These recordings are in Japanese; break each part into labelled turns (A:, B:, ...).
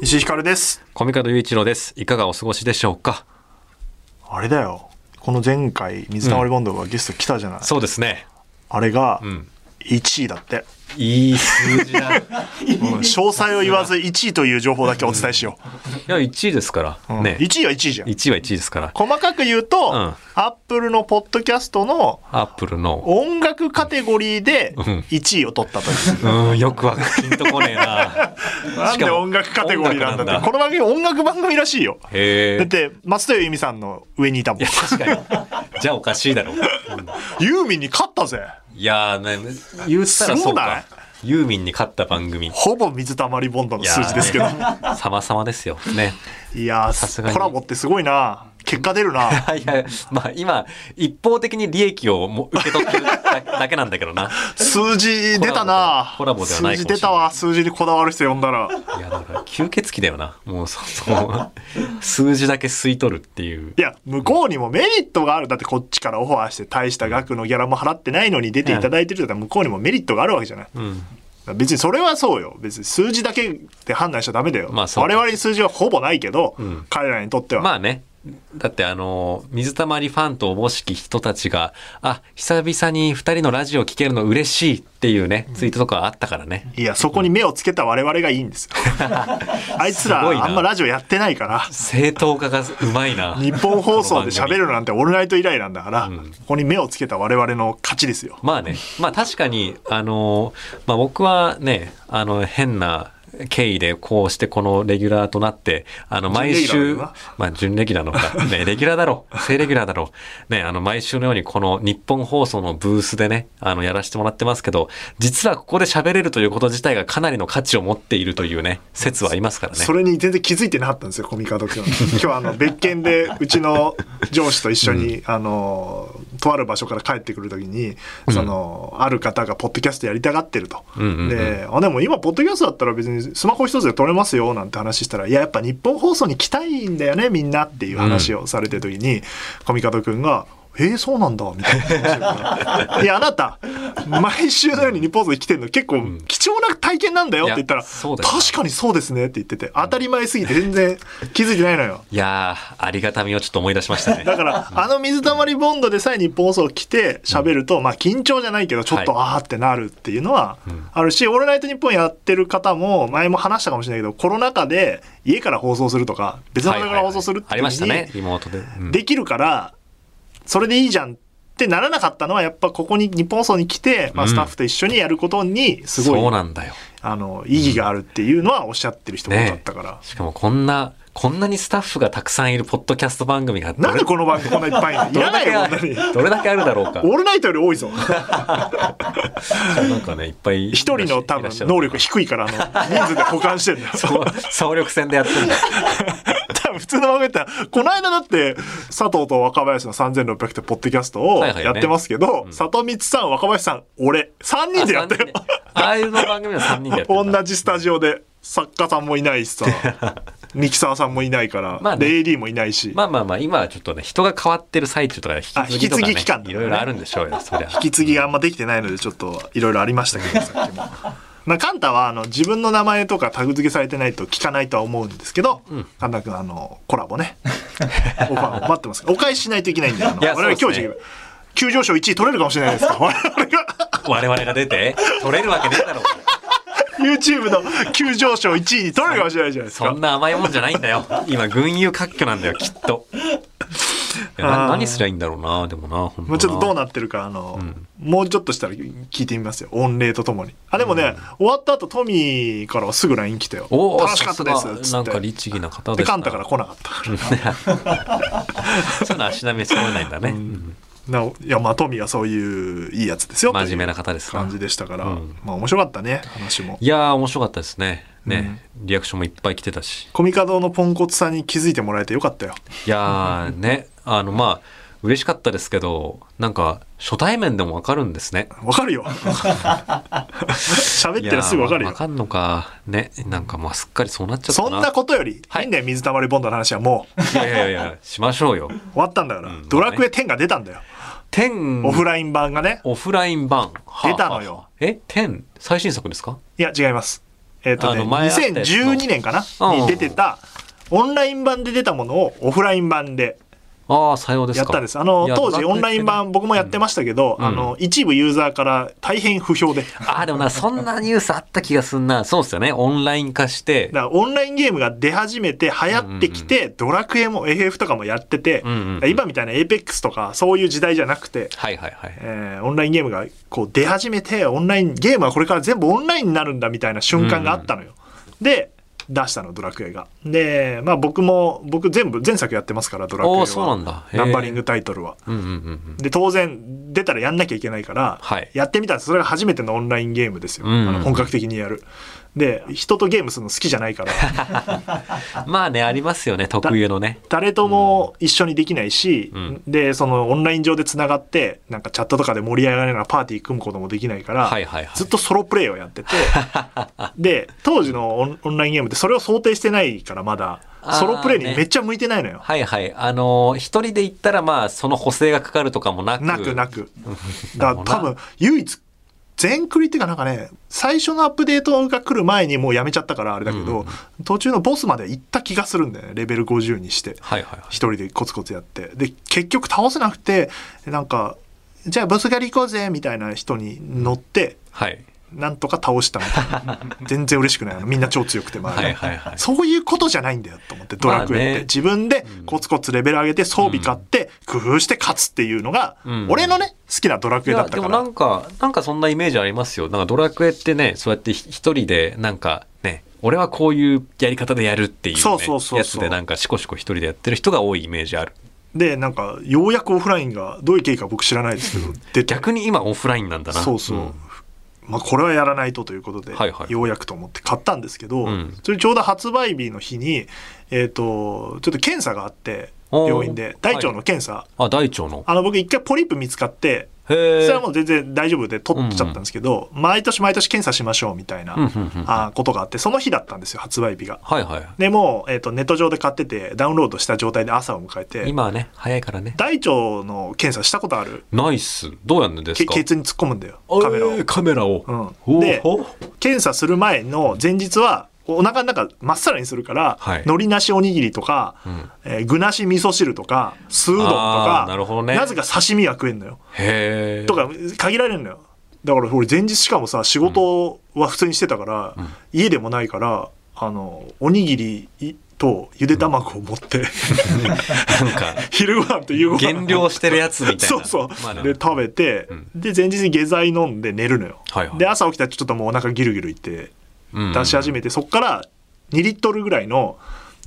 A: 石井ひかるです
B: コミカド雄一郎です。いかがお過ごしでしょうか。
A: あれだよこの前回水溜りボンドがゲスト来たじゃない、
B: そうですね。
A: あれが
B: ん
A: 1位だって、
B: いい数 字だ。い
A: うん詳細を言わず1位という情報だけお伝えしよ
B: や、1位ですから。
A: う、うん
B: ね。
A: 1位は1位じゃん
B: 1位は1位ですから。
A: 細かく言うと、
B: ん
A: アップルのポッドキャストの
B: アップルの。
A: 音楽カテゴリーで
B: ん
A: 1位を取った という、
B: うん、よくわかんピンとこねえ な。
A: なんで音楽カテゴリーなんだって
B: 音楽なんだ
A: この番組音楽番組らしいよ
B: へ
A: だっ
B: え。
A: て松任谷由実さんの上にいたもん
B: いや、確かに。じゃあおかしいだろう。
A: ユーミンに勝ったぜ
B: いやー、ね、言ったらそうか
A: す。
B: ユーミンに勝った番組。
A: ほぼ水溜りボンドの数字ですけど
B: いやーね様々ですよ。ね。
A: いや
B: さすが
A: ー
B: に
A: コラボってすごいな結果出るな
B: いや、まあ今、一方的に利益をも受け取ってるだだけなんだけどな。
A: 数字出たな
B: コラボではない
A: 数字
B: かもしれない
A: 出たわ数字にこだわる人呼んだら
B: いや、だから吸血鬼だよな。もう、その、数字だけ吸い取るっていう
A: い。や向こうにもメリットがあるだってこっちからオファーして大した額のギャラも払ってないのに出ていただいてるだったら向こうにもメリットがあるわけじゃない
B: うん。
A: 別にそれはそうよ別に数字だけで判断しちゃダメだよ、
B: まあそう
A: 我々に数字はほぼないけど、
B: ん
A: 彼らにとっては、
B: まあね。だってあの、水たまりファンとおぼしき人たちが、あ、久々に二人のラジオ聞けるの嬉しいっていうね、ツイートとかあったからね。
A: いやそこに目をつけた我々がいいん ですよあいつら
B: すごいな
A: あんまラジオやってないから
B: 正当化がうまいな。
A: 日本放送で喋
B: る。
A: るなんてオールナイト以来なんだから、ここに目をつけた我々の勝ちですよ。
B: まあね。まあ確かに、あの、まあ僕はね、あの、変な、経緯でこうしてこのレギュラーとなって、あの、
A: 準
B: 毎
A: レギ
B: 週、
A: ュラーだよな
B: まあ、準レギュラーなの か。ね、レギュラーだろう。正レギュラーだろう。ね、あの、毎週のようにこの日本放送のブースでね、あの、やらせてもらってますけど、実はここで喋れるということ自体がかなりの価値を持っているというね、説はありますからね。
A: それに全然気づいてなかったんですよ、コミカド君。 今日あの別件でうちの上司と一緒に、あのとある場所から帰ってくるときに、そのある方がポッドキャストやりたがってると。
B: うんうんうん
A: で、あでも今ポッドキャストだったら別にスマホ一つで撮れますよなんて話したら、いややっぱ日本放送に来たいんだよねみんなっていう話をされてるときに、コミカド君が。えー、そうなんだみたいな話をから。いや、あなた、毎週のように日本放送に来てるの結構貴重な体験なんだよって言ったら、
B: いやそうだよな
A: 確かにそうですねって言ってて、当たり前すぎて全然気づいてないのよ。
B: いやー、ありがたみをちょっと思い出し ましたね。
A: だから、あの水溜りボンドでさえ日本放送来て喋ると、まあ緊張じゃないけど、ちょっと
B: は
A: あーってなるっていうのはあるし、オールナイト日本やってる方も、前も話したかもしれないけど、コロナ禍で家から放送するとか、別の場所から放送するって
B: あ
A: い
B: り
A: う
B: ま
A: の
B: した
A: に
B: ね、リモートで。うん
A: できるから、それでいいじゃんってならなかったのは、やっぱここに日本放送に来て、まあスタッフと一緒にやることに、すごい、
B: そうなんだよ。
A: あの、意義があるっていうのはおっしゃってる人も多かったから。
B: しかもこんな、こんなにスタッフがたくさんいるポッドキャスト番組がどれ
A: なんでこの番組こんないっぱいいる のい
B: ど
A: ら
B: れだ
A: ない
B: け
A: よ、こ
B: あ
A: んなに。
B: るどれだけあるだろうか。
A: オールナイトより多いぞ。
B: なんかね、いっぱいいらっし。
A: 一人の多分能力
B: い
A: 低いから、あの、人数で保管してるんだよ。
B: らっしゃるからそう総力戦でやってるんだ。
A: 多分普通の番組だったら、この間だって、佐藤と若林の3600ってポッドキャストを
B: はいはいね
A: やってますけど、佐藤光さん、若林さん、俺、3人でやってる。
B: ああいうの番組は3人でやってるんだ
A: 同じスタジオで、作家さんもいないし さ、ミキサーさんもいないから、
B: まあね
A: で AD もいないし、
B: まあまあまあ、今はちょっとね、人が変わってる最中とか、引き継ぎとか、ね、
A: あ引き継ぎ期間とかね
B: いろいろあるんでしょうよ、そりゃ。
A: 引き継ぎがあんまできてないのでちょっといろいろありましたけどさっき も。まあ、カンタはあの自分の名前とかタグ付けされてないと聞かないとは思うんですけど、カンタ君あのコラボ ねオファーを待ってますからお返ししないといけないんであの
B: いや
A: 我々今
B: そう
A: 日
B: ですね
A: じゃ急上昇1位取れるかもしれないですから我 々が
B: 我々が出て、取れるわけねえだろう。
A: YouTube の急上昇1位に取れるかもしれないじゃないです
B: そ
A: か
B: んな甘いもんじゃないんだよ。今、群雄割拠なんだよ、きっと。いやな
A: あー
B: 何すりゃいいんだろうな、でもな、ほん
A: もうちょっとどう
B: な
A: なってるかあの、もうちょっとしたら聞いてみますよ御礼とともにあでもね、終わった後トミーからはすぐ LINE 来たよ
B: おー
A: 楽しかったで
B: さ
A: す
B: が
A: っつ
B: な
A: っ
B: ん
A: て
B: か律儀な方で
A: で
B: した
A: カンタから来なかったから
B: そういうの足並み揃えないんだね。
A: ないやまあトミーはそういういいやつですよ
B: 真面目な方です
A: と
B: か
A: いう
B: ら
A: 感じでしたから、
B: うん
A: まあ面白かったね話も
B: いやー、面白かったですね。ね、リアクションもいっぱい来てたし。
A: コミカドのポンコツさんに気づいてもらえてよかったよ
B: いやー、ね、あの、まあ、嬉しかったですけど、なんか、初対面でもわかるんですね。
A: わかるよ喋ってらすぐわかる
B: い
A: よ
B: やーわかんのか。ね。なんか、まあ、すっかりそうなっちゃった
A: そ
B: な。
A: んなことより、
B: は
A: い、
B: い
A: いんだよ水溜りボンドの話はもう
B: いやいやいや、しましょうよ。
A: 終わったんだから、
B: うん
A: ドラクエ10が出たんだよ、
B: 天、
A: オフライン版がね
B: オフライン版。はあ
A: 出たのよ。
B: え天最新作ですか
A: いや違いますえっ、とね
B: あの前あったやつの
A: 2012年かな
B: うん
A: に出てたオンライン版で出たものをオフライン版で
B: ああ、さようですか。
A: やったんですあの
B: いや
A: 当
B: ドラ
A: 時
B: クエ
A: オンライン版僕もやってましたけど、
B: うん
A: あの一部ユーザーから大変不評でだか
B: ああ、でもな、そんなニュースあった気がすんな。そうっすよね。オンライン化して。
A: らオンラインゲームが出始めて流行ってきて、ドラクエも FF とかもやってて、
B: うんうんうん
A: 今みたいな APEX とかそういう時代じゃなくて、
B: はいはいはい。
A: えーオンラインゲームがこう出始めてオンラインゲームはこれから全部オンラインになるんだみたいな瞬間があったのよ、で出したのドラクエがでまあ僕も僕全部前作やってますからドラクエ
B: お
A: は
B: おそうなんだ。へー
A: ナンバリング。タイトルは
B: うんうんうんうん。
A: で当然出たらやんなきゃいけないから、
B: はい
A: やってみたらそれが初めてのオンラインゲームですよ、
B: うんうんうん
A: あの本格的にやるで人とゲームするの好きじゃない から
B: まあね、ありますよね。特有のね。
A: 誰とも一緒にできないし、
B: うん
A: でそのオンライン上でつながってなんかチャットとかで盛り上がりながらパーティー組むこともできないから、
B: はいはいはい。
A: ずっとソロプレイをやって てで当時のオンオンラインゲームってそれを想定してないからまだ
B: あー
A: ソロプレイに
B: ね
A: めっちゃ向いてないのよ、
B: はいはい。あのー一人で行ったら、まあ、その補正がかかるとかもなく。
A: なくなくだから
B: な
A: 多分唯一全クリっていうかなんかね最初のアップデートが来る前にもうやめちゃったからあれだけど、途中のボスまで行った気がするんだよねレベル50にして
B: はいはいはい
A: 一。人でコツコツやってで結局倒せなくてなんかじゃあボス狩り行こうぜみたいな人に乗って
B: はい。
A: なんとか倒したみたい な全然嬉しくないあのみんな超強くて周りが
B: はいはいはい
A: そういうことじゃないんだよと思ってドラクエって、
B: まあね
A: 自分でコツコツレベル上げて装備買って、工夫して勝つっていうのが、
B: うん
A: 俺のね好きなドラク
B: い
A: エだ
B: や
A: っ
B: で
A: たか
B: もな
A: ら
B: んかなんかそんなイメージありますよなんかドラクエってねそうやってひ一人でなんかね俺はこういうやり方でやるっていう,、ね、
A: そうそうそうそう
B: やつでなんかシコシコ一人でやってる人が多いイメージある
A: でなんかようやくオフラインがどういう経緯か僕知らないですけど出て
B: 逆に今オフラインなんだな
A: そうそう、
B: ん
A: まあ、これはやらないとということで、
B: はいはい
A: ようやくと思って買ったんですけど、
B: うん
A: それちょうど発売日の日に、えー、とちょっと検査があって
B: おー
A: 病院で大腸の検査、
B: あ大腸の
A: あの僕一回ポリープ見つかって
B: へえ
A: それはもう全然大丈夫で取っちゃったんですけど、毎年毎年検査しましょうみたいな、
B: うんうんうん
A: あーことがあってその日だったんですよ発売日が。
B: はいはい
A: でもう、えー、とネット上で買っててダウンロードした状態で朝を迎えて
B: 今はね早いからね
A: 大腸の検査したことある
B: ナイスどうやるんです
A: け
B: か
A: ケツに突っ込むんだよカメラを
B: えーカメラを、
A: うん
B: おー
A: で
B: お
A: 検査する前の前日はお腹の中まっさらにするから、
B: はい
A: 海苔なしおにぎりとか、
B: ん
A: えー具なし味噌汁とか酢うどんと
B: あ
A: か
B: ーなるほどね
A: ぜか刺身が食えんのよ
B: へえ
A: とか限られるのよだから俺前日しかもさ仕事は普通にしてたから、家でもないからあのおにぎりとゆで卵を持って、
B: なんか
A: 昼ご飯と夕ご飯
B: 減量してるやつみたいな
A: そうそう、
B: まあ
A: で食べて、
B: うん
A: で前日に下剤飲んで寝るのよ、
B: はいはい
A: で朝起きたらちょっともうお腹ギルギルいって
B: うん
A: 出し始めて、そっから2リットルぐらいの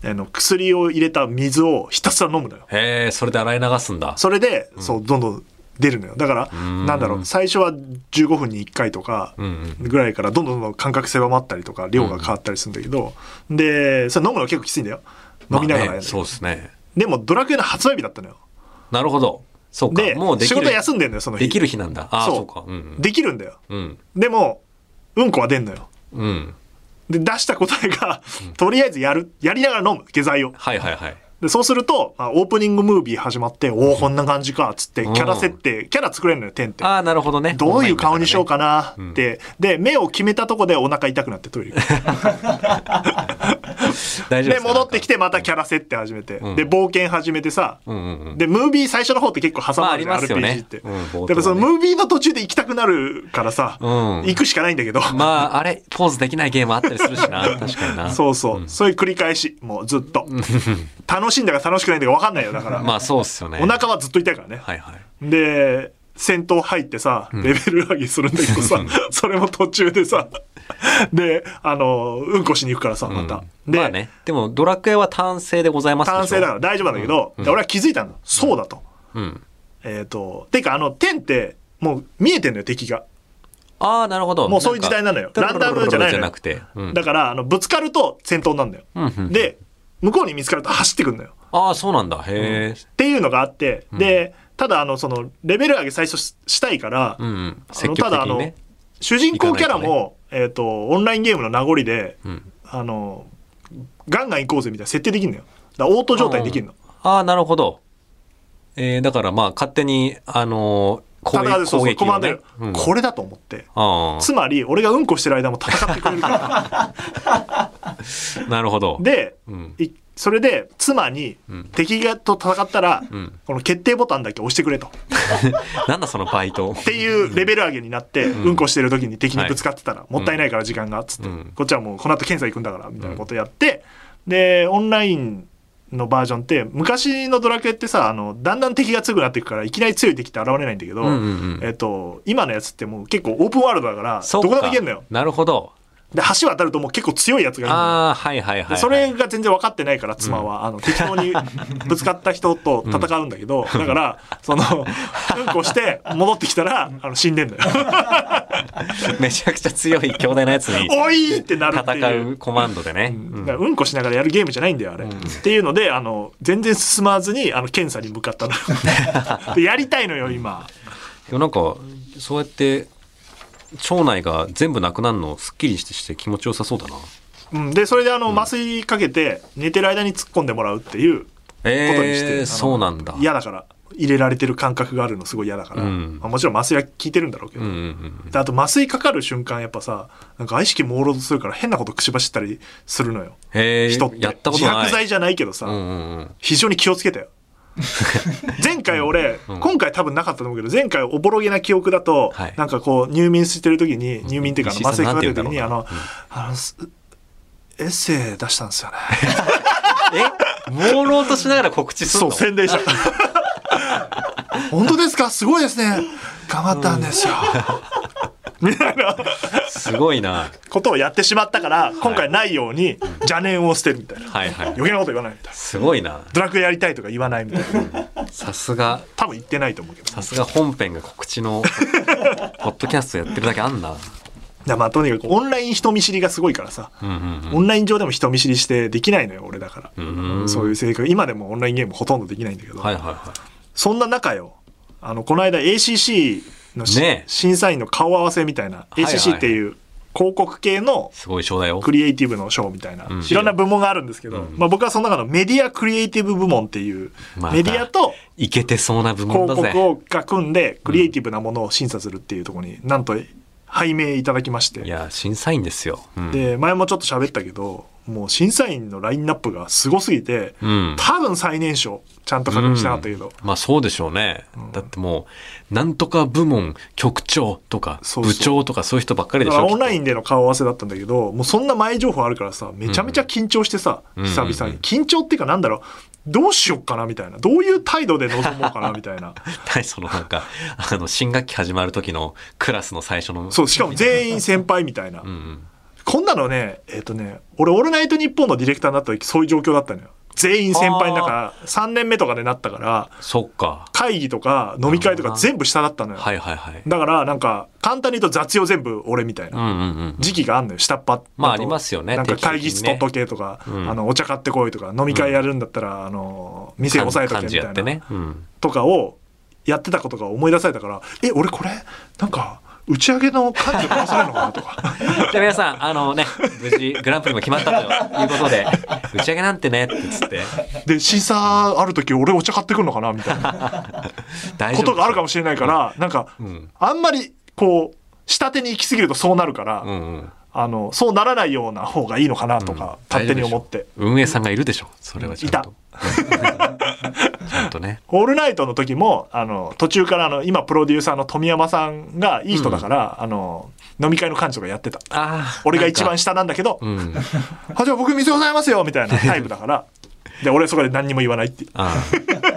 A: あの薬を入れた水をひたすら飲むのよ
B: へえそれで洗い流すんだ
A: それで、そうどんどん出るのよだから、
B: ん
A: なんだろう最初は15分に1回とか
B: うんうん
A: ぐらいからどんどんどんどん間隔狭まったりとか量が変わったりするんだけど、でそれ飲むの結構きついんだよ飲みながらや
B: まあ
A: る、
B: ね、そうですね
A: でもドラクエの発売日だったのよ
B: なるほどそうか
A: で
B: もうでき
A: 仕
B: る
A: 事休んでんのよその日
B: できる日なんだああ
A: そ
B: そううかうん
A: できるんだよ
B: うん
A: でもうんこは出んのよ
B: うん
A: で出した答えがとりあえずやるやりながら飲む下剤を
B: はいはいはい
A: でそうすると、まあ、オープニングムービー始まっておおこんな感じかっつってキ
B: うん
A: ャラ設定、キャラ作れるのよ点って
B: ああなるほどね
A: どういう顔にしよう
B: か
A: かなって、で目を決めたとこでお腹痛くなってトイレ行く
B: 大丈夫
A: で戻ってき
B: て
A: てまたキャラ設定始めて、
B: うん
A: で冒険始めてさ、
B: うんうんうん
A: でムービー最初の方って結構挟まるじゃん
B: まあありますよね
A: RPG って、
B: うん冒頭はね
A: でもそのムービーの途中で行きたくなるからさ、
B: うん
A: 行くしかないんだけど、
B: まああれポーズできないゲームあったりするしな確かにな
A: そうそう、そういう繰り返しもうずっ と楽しいんだか楽しくないんだか分かんないよだから、
B: まあそうっすよね
A: お腹はずっと痛いからね、
B: はいはい
A: で戦闘入ってさレベル上げするんだけどさ、それも途中でさであのうんこしに行くからさまた、で、
B: まあねでもドラクエは単性でございますでしょ
A: 男性だから大丈夫なんだけど、で俺は気づいたのそうだと。
B: うん
A: えっ、とてかあの天ってもう見えてんのよ敵が。
B: ああなるほど
A: もうそういう時代なのよ
B: んか
A: ランダムじゃないのよ
B: じゃなくてうん
A: だからあのぶつかると戦闘になるんだよ。
B: うんうん
A: で向こうに見つかると走ってくんのよ。
B: ああ、そうなんだ。へえ。
A: っていうのがあって、
B: うん
A: で、ただあの、その、レベル上げ最初ししたいから、
B: うんうん。
A: あ
B: 積
A: の
B: 極
A: た
B: 的
A: だあ
B: に
A: の
B: ね。
A: 主人公キャラも、えっ、と、オンラインゲームの名残で、
B: うん
A: あの、ガンガン行こうぜみたいな設定できるのよ。だからオート状態にできるの。
B: ああ、なるほど。えー、だからまあ、勝手に、あのー、攻
A: ただ、
B: 撃
A: そう
B: 攻
A: そう、
B: 撃
A: コマ
B: を
A: ンド
B: ね
A: よ。
B: うん
A: これだと思って。
B: あ
A: つまり、俺がうんこしてる間も戦ってくれる から。
B: あ、なるほど。
A: で、
B: うん。
A: いそれで、妻に
B: うん、
A: 敵がと戦ったら、
B: うん。
A: この決定ボタンだけ押してくれと。
B: なんだそのバイト。
A: っていうレベル上げになって、
B: ん
A: うんこしてる時に敵にぶつかってたら、もったいないから時間が、つって、
B: うん
A: こっちはもうこの後検査行くんだから、みたいなことやって、で、オンラインのバージョンって、昔のドラクエってさ、あの、だんだん敵が強くなっていくから、いきなり強い敵って現れないんだけど、
B: うんうんう
A: え
B: ん。
A: っと、今のやつってもう結構オープンワールドだから、
B: そ
A: ど
B: う
A: こ
B: か
A: でも行けんのよ。
B: なるほど。
A: で、橋渡るともう結構強いやつがいるのよ
B: ああ、はいはいはいはい。
A: それが全然分かってないから妻は、あの適当にぶつかった人と戦うんだけど、だからそのうんこして戻ってきたらあの死んでんだよ。
B: めちゃくちゃ強い強大なやつに
A: おいってなるって
B: 戦
A: いう。
B: うコマンドでね。
A: うん、
B: うん
A: うんこしながらやるゲームじゃないんだよあれ、っていうのであの全然進まずにあの検査に向かった のでやりたいのよ今
B: いやなんかそうやって腸内が全部なくなるのすっきりしてして気持ちよさそうだな
A: うん、でそれであの麻酔かけて寝てる間に突っ込んでもらうっていうことにして、
B: え
A: あ
B: ー、
A: の
B: そうなんだ
A: 嫌だから入れられてる感覚があるのすごい嫌だから、
B: うん
A: まあもちろん麻酔は効いてるんだろうけ
B: う
A: ど、
B: んうんうん
A: であと麻酔かかる瞬間やっぱさなんか意識朦朧とするから変なことくしばったりするのよ
B: へえ
A: 人って
B: やったこと
A: 自
B: な
A: 白
B: い
A: 剤じゃないけどさ、
B: うんうんうん
A: 非常に気をつけた よ前回俺、今回多分なかったと思うけど前回おぼろげな記憶だと、
B: はい
A: なんかこう入眠してる時に入眠っていうかあ
B: 石井
A: の麻
B: さん
A: 酔かかってる
B: なん
A: 時
B: て
A: に
B: 言う
A: あ
B: んだろ
A: の,、あのすエッセイ出したん ですよね
B: え朦朧としながら告知する
A: そ
B: の
A: う宣伝した 本当ですかすごいですね頑張ったんです よ、みたいな
B: すごいな
A: ことをやってしまったから今回ないように邪念を捨てるみたいな、
B: はいはい
A: 余計なこと言わないみたいな
B: すごいな
A: ドラクエやりたいとか言わないみたいな
B: さすが
A: 多分言ってないと思うけど
B: さすが本編が告知 のポッドキャストやってるだけあんな
A: だからまあとにかくオンライン人見知りがすごいからさ、
B: うんうん
A: オンライン上でも人見知りしてできないのよ俺だから、
B: うんうん
A: そういう性格今でもオンラインゲームほとんどできないんだけど、
B: はいはいはい
A: そんな中よあのこの間 ACC のし、
B: ねえ
A: 審査員の顔合わせみたいな、
B: いはい
A: ACC っていう広告系の
B: すごい賞だよ
A: クリエイティブの賞みたいな、
B: うん
A: いろんな部門があるんですけど、まあ、僕はその中のメディアクリエイティブ部門っていう、
B: まあ
A: メディアと
B: いけてそうな部門だ
A: 広
B: ぜ
A: 告をが組んでクリエイティブなものを審査するっていうところになんと拝命いただきまして
B: いや審査員ですよ、うん
A: で前もちょっと喋ったけどもう審査員のラインナップがすごすぎて、
B: うん
A: 多分最年少ちゃんと確認してなかったけど、
B: まあそうでしょうね。だってもう、なんとか部門、局長とか、
A: そうそう
B: 部長とかそういう人ばっかりで
A: だ
B: し
A: から
B: ょ。
A: オンライ
B: きっ
A: ンでの顔合わせだったんだけどもうそんな前情報あるからさめちゃめちゃ緊張してさ、
B: うん
A: 久々に、
B: うんうんうん
A: 緊張っていうかなんだろうどうしよっかなみたいなどういう態度で臨もうかなみたい な
B: とはいそのなんか、 あの、新学期始まる時のクラスの最初の。
A: そうしかも全員先輩みたいな、
B: うんうん。
A: こんなのねえっ、とね俺「オールナイトニッポン」のディレクターになった時そういう状況だったのよ全員先輩だから3年目とかでなったから
B: そっか。
A: 会議とか飲み会とか全部下だったのよ、
B: はいはいはい。
A: だからなんか簡単に言うと雑用全部俺みたいうなん
B: うんうん。
A: 時期があんのよ下っ端
B: まあありますよね
A: なんか
B: 定期的にね
A: 会議室取っとけとか、
B: うん
A: あのお茶買ってこいとか飲み会やるんだったら、あの店押さえとけ
B: 感
A: み
B: じやったて
A: いな、
B: ね。うん。
A: とかをやってたことが思い出されたからえ俺これなんか打ち上げの会議で回されるのかなと か
B: じゃあ皆さん、あのね、無事グランプリも決まったというこ とで、打ち上げなんてねってつって、
A: で審査ある時俺お茶買ってくるのかなみた いな
B: 大丈
A: こ
B: 夫。
A: とがあるかもしれないから、なんか、
B: ん
A: あんまりこう下手に行き過ぎるとそうなるから、
B: うんうん。
A: あのそうならないような方がいいのかなとか、勝手に思って。
B: 運営さんがいるでしょ。それはちゃんと。ちゃんとね。
A: オールナイトの時も、あの、途中から、あの、今プロデューサーの富山さんがいい人だから、あの、飲み会の幹事とかやってた。
B: ああ。
A: 俺が一
B: なんか
A: 番下なんだけど、
B: うん。
A: あ、じゃあ僕店ございますよみたい なタイプだから。で、俺そこで何にも言わないっていう。
B: あ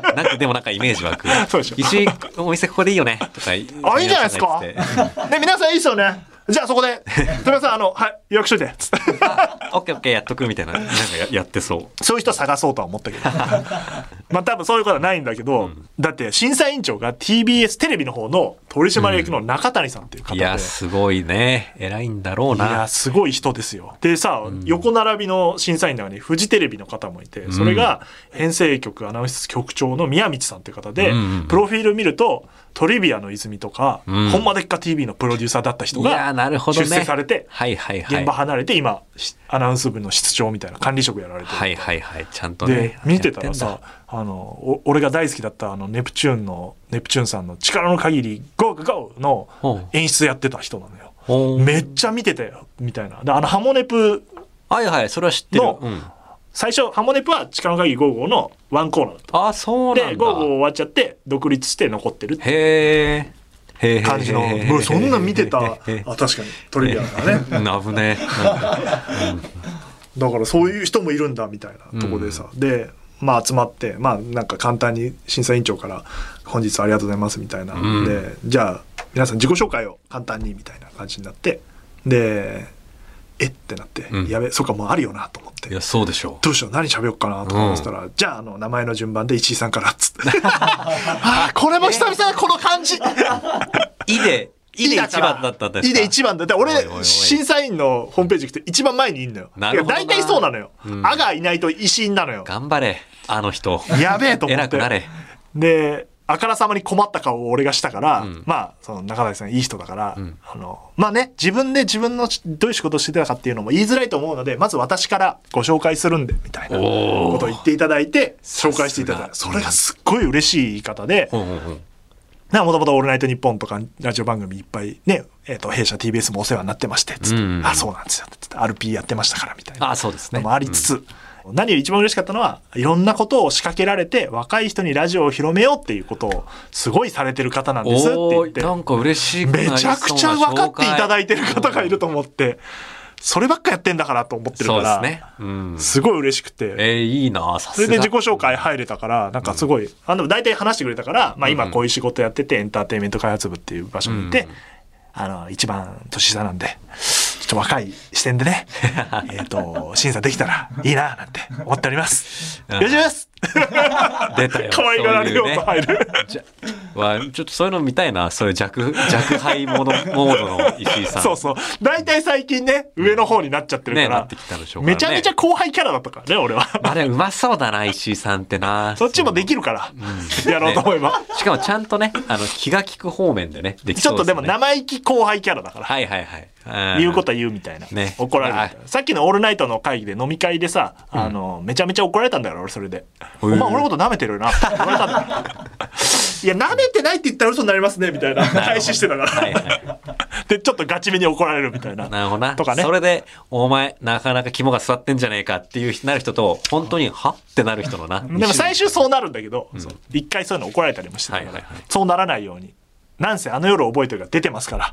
B: あなんかでもなんかイメージ湧く。
A: そうでしょ
B: 石井お店ここでいいよねとか。
A: あ、いいんじゃないですか
B: 皆さんが言って
A: で、皆さんいいっすよねじゃあそこで、富山さん、あの、はい、予約しといて、つって。
B: オッケーオッケーやっとくみたいな、なんかややってそう。
A: そういう人は探そうとは思ったけ ど。まあ多分そういうことはないんだけど、だって審査委員長が TBS テレビの方の取締役の中谷さんっていう方
B: い
A: で。
B: や、すごいね。偉いんだろう
A: いや
B: な。
A: すごい人ですよ。でさ、横並びの審査員の中にフジテレビの方もいて、それが編成局アナウンス局長の宮道さんっていう方で、
B: うんうんうん
A: プロフィール見ると、トリビアの泉とか、
B: うん
A: ほんまでっか TV のプロデューサーだった人
B: いや、
A: が
B: なるほどね。
A: 出世されて
B: はいはいはい。
A: 現場離れて今、しアナウンス部の室長みたいな管理職やられてる
B: はいはいはい。ちゃんと
A: で
B: ね。
A: 見てたら
B: やっ
A: さ
B: んだ。
A: あのお俺が大好きだったあのネプチューンのネプチューンさんの「力の限りゴーゴーゴー」
B: ほ
A: の演出やってた人なのよ。
B: ほん
A: めっちゃ見てたよみたいな。であのハモネプ
B: はいはい、それは知ってる。
A: の
B: うん、
A: 最初ハモネプは「力の限りゴーゴー」のワンコーナーだっ
B: あ、そう
A: た。
B: な
A: で
B: ん
A: ゴーゴー終
B: だ。
A: わっちゃって独立して残ってるって
B: へーへーへーへーへーへーへーへーへー。
A: 感じの。もうそんなん見てた。あ確かにトリビアだから ね。
B: うん危ねえ。なんか
A: だからそういう人もいるんだみたいなとこでさ、でまあ集まってまあなんか簡単に審査委員長から「本日はありがとうございます」みたいな、
B: ん
A: でじゃあ皆さん自己紹介を簡単にみたいな感じになってでえってなって、
B: うん
A: やべそっかもうあるよなと思って
B: いや、そうでしょう。
A: どうしよう何喋よっかなと思ってたら、じゃああの名前の順番で石井さんからっつって ああこれも久々だこの感じ
B: いで、いで
A: だ
B: 一
A: から
B: 番だったんですか
A: いで一番だ。だから
B: おいおいお
A: 俺、
B: い
A: 審査員のホームページ行くと一番前にいんのよ。
B: なるほどない
A: や大体そうなのよ。
B: うん
A: あがいないと石井なのよ。
B: 頑張れ、あの人。
A: やべえと思って。
B: 偉くなれ。
A: で、あからさまに困った顔を俺がしたから、
B: ん
A: まあ、その中谷さんいい人だから、
B: ん
A: あの、まあね、自分で自分のしどういう仕事をしてたかっていうのも言いづらいと思うので、まず私からご紹介するんで、みたいな
B: おー
A: ことを言っていただいて、紹介していただいた。
B: さす
A: そ
B: が
A: れがすっごい嬉しい言い方で、
B: ほんほんほん
A: もともと「オールナイトニッポン」とかラジオ番組いっぱいね、えー、と弊社 TBS もお世話になってましてつって、
B: うん
A: あそうなんですよつって RP やってましたからみたいな
B: あ、そうです
A: の
B: ね。
A: もありつつ、何より一番嬉しかったのはいろんなことを仕掛けられて若い人にラジオを広めようっていうことをすごいされてる方なんですって
B: お
A: 言っ
B: ー
A: て
B: なんか嬉しい
A: めちゃくちゃ分かっていただ
B: い
A: いてる方がいると思ってそればっかやってんだからと思って
B: て
A: るか
B: そうで
A: ら
B: すね。うん。
A: すごい嬉しくて。
B: えー、いいなさ
A: そ
B: すが
A: れで自己紹介入れたから、なんかすごい、あの、大体話してくれたから、まあ今こういう仕事やってて、エンターテインメント開発部っていう場所にいて、
B: うん
A: あの、一番年下なんで、ちょっと若い視点で ね、えっと、審査できたらいいな、なんて思っております。
B: うん
A: よろしくお願いします
B: 出たよ。
A: 可愛がられようと入る。
B: じゃわちょっとそういうの見たいな。そういう弱、弱敗モードモードの石井さ ん。
A: そうそう。大体最近ね、上の方になっちゃってる
B: ね
A: か
B: な
A: ら
B: ってきたでしょ、うからね
A: めちゃめちゃ後輩キャラだったからね、俺は。
B: あれ、うま そうだな、石井さんってな。
A: そっちもできるから、やろうと思えば。
B: しかもちゃんとね、あの、気が利く方面でね、でき
A: ちょ
B: そう
A: っと
B: です、ね。
A: でも生意気後輩キャラだから。
B: はいはいはい。
A: 言うこと
B: は
A: は言うみたいな、
B: ね
A: 怒られるみたいなさっきの「オールナイト」の会議で飲み会でさ、あのめちゃめちゃ怒られたんだから俺それで「お前俺のこと舐めてるよな」って言われたんだよいや舐めてないって言ったら嘘になりますねみたいな開始してたから、
B: はいは。
A: でちょっとガチめに怒られるみたいない
B: なるほどな。
A: とかね
B: それで、お前、なかなか肝が座ってんじゃねえかっていうなる人と、本当に、はってなる人のな。で
A: でも最終そうなるんだけどそう一、回そういうの怒られたりもしてたから、
B: はいはいはい
A: そうならないようになんせあの夜覚えてるが出てますから、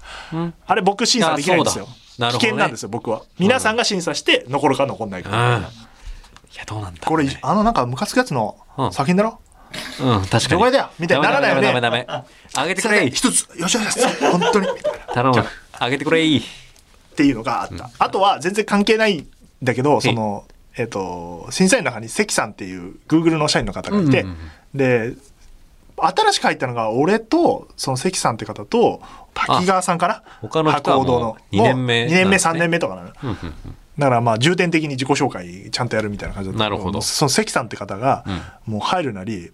A: あれ僕審査できないんですよ
B: あそうだなる
A: 危
B: ほどね
A: 険なんですよ僕は皆さんが審査して残るか残んないか、
B: うん。いや、どうなんだろ
A: こ
B: うね、
A: れあのなんかムカつくやつの
B: うん
A: 作品だろ、
B: うん、確かに。
A: 除外だよみたいにならないよね
B: ダメダメダメダメダメ。あげてくれい
A: 一つ、よしよしよし、本当に。みたいなっ
B: 頼む。あげてくれい
A: ていうのがあった。あとは全然関係ないんだけど、その、えっ、と、審査員の中に関さんっていう Google の社員の方がいて、
B: うんうん
A: で、新しく入ったのが俺と、その関さんって方と、滝川さんかな
B: 他の人はもう二
A: 二
B: 年目なんです
A: 2
B: ね
A: 年目、3年目とかなの。だ
B: うんうんうん
A: からまあ重点的に自己紹介ちゃんとやるみたいな感じだったけ
B: なるほど
A: その関さんって方が、もう入るなり、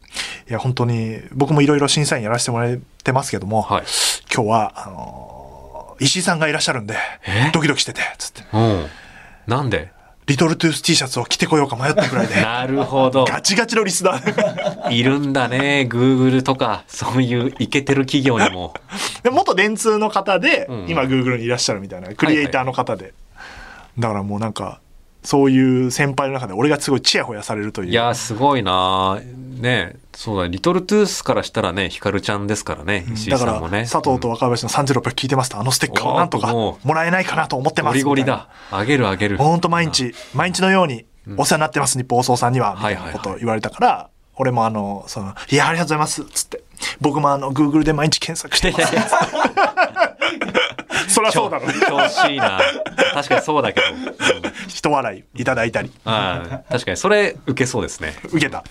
A: いや本当に僕もいろいろ審査員やらせてもらってますけども、
B: はい。
A: 今日は、あのー石井さんがいらっしゃるんで
B: え、
A: ドキドキしてて、つって。
B: うん。なんで
A: リトルトゥース T シャツを着てこようか迷ったくらいで。
B: なるほど。
A: ガチガチのリスナー。
B: いるんだね。Google とか、そういうイケてる企業にも。
A: で元電通の方で、
B: ん
A: 今 Google にいらっしゃるみたいな、クリエイターの方で。だからもうなんか、そういう先輩の中で俺がすごいチヤホヤされるという。
B: いやー、すごいなーねえそうだ、リトルトゥースからしたらね、ヒカルちゃんですからね、石井
A: だか
B: さ
A: ら
B: んもね。
A: 佐藤と若林の3600聞いてますとあのステッカーをなんとか
B: お
A: も
B: ー
A: らえないかなと思ってます
B: ゴリゴリ
A: みたいな
B: だ。あげるあげる。
A: ほんと毎日、毎日のようにお世話になってます、日本放送さんには、みたいなこ
B: はいはい
A: と
B: は
A: 言われたから、俺もあの、その、いや、ありがとうございます、つって。僕もあの、Google で毎日検索してます。そりゃそうだろう。
B: 調調子いいな。確かにそうだけど。うん
A: 人笑いいただいたり。
B: ああ確かにそれ受けそうですね。
A: 受けた。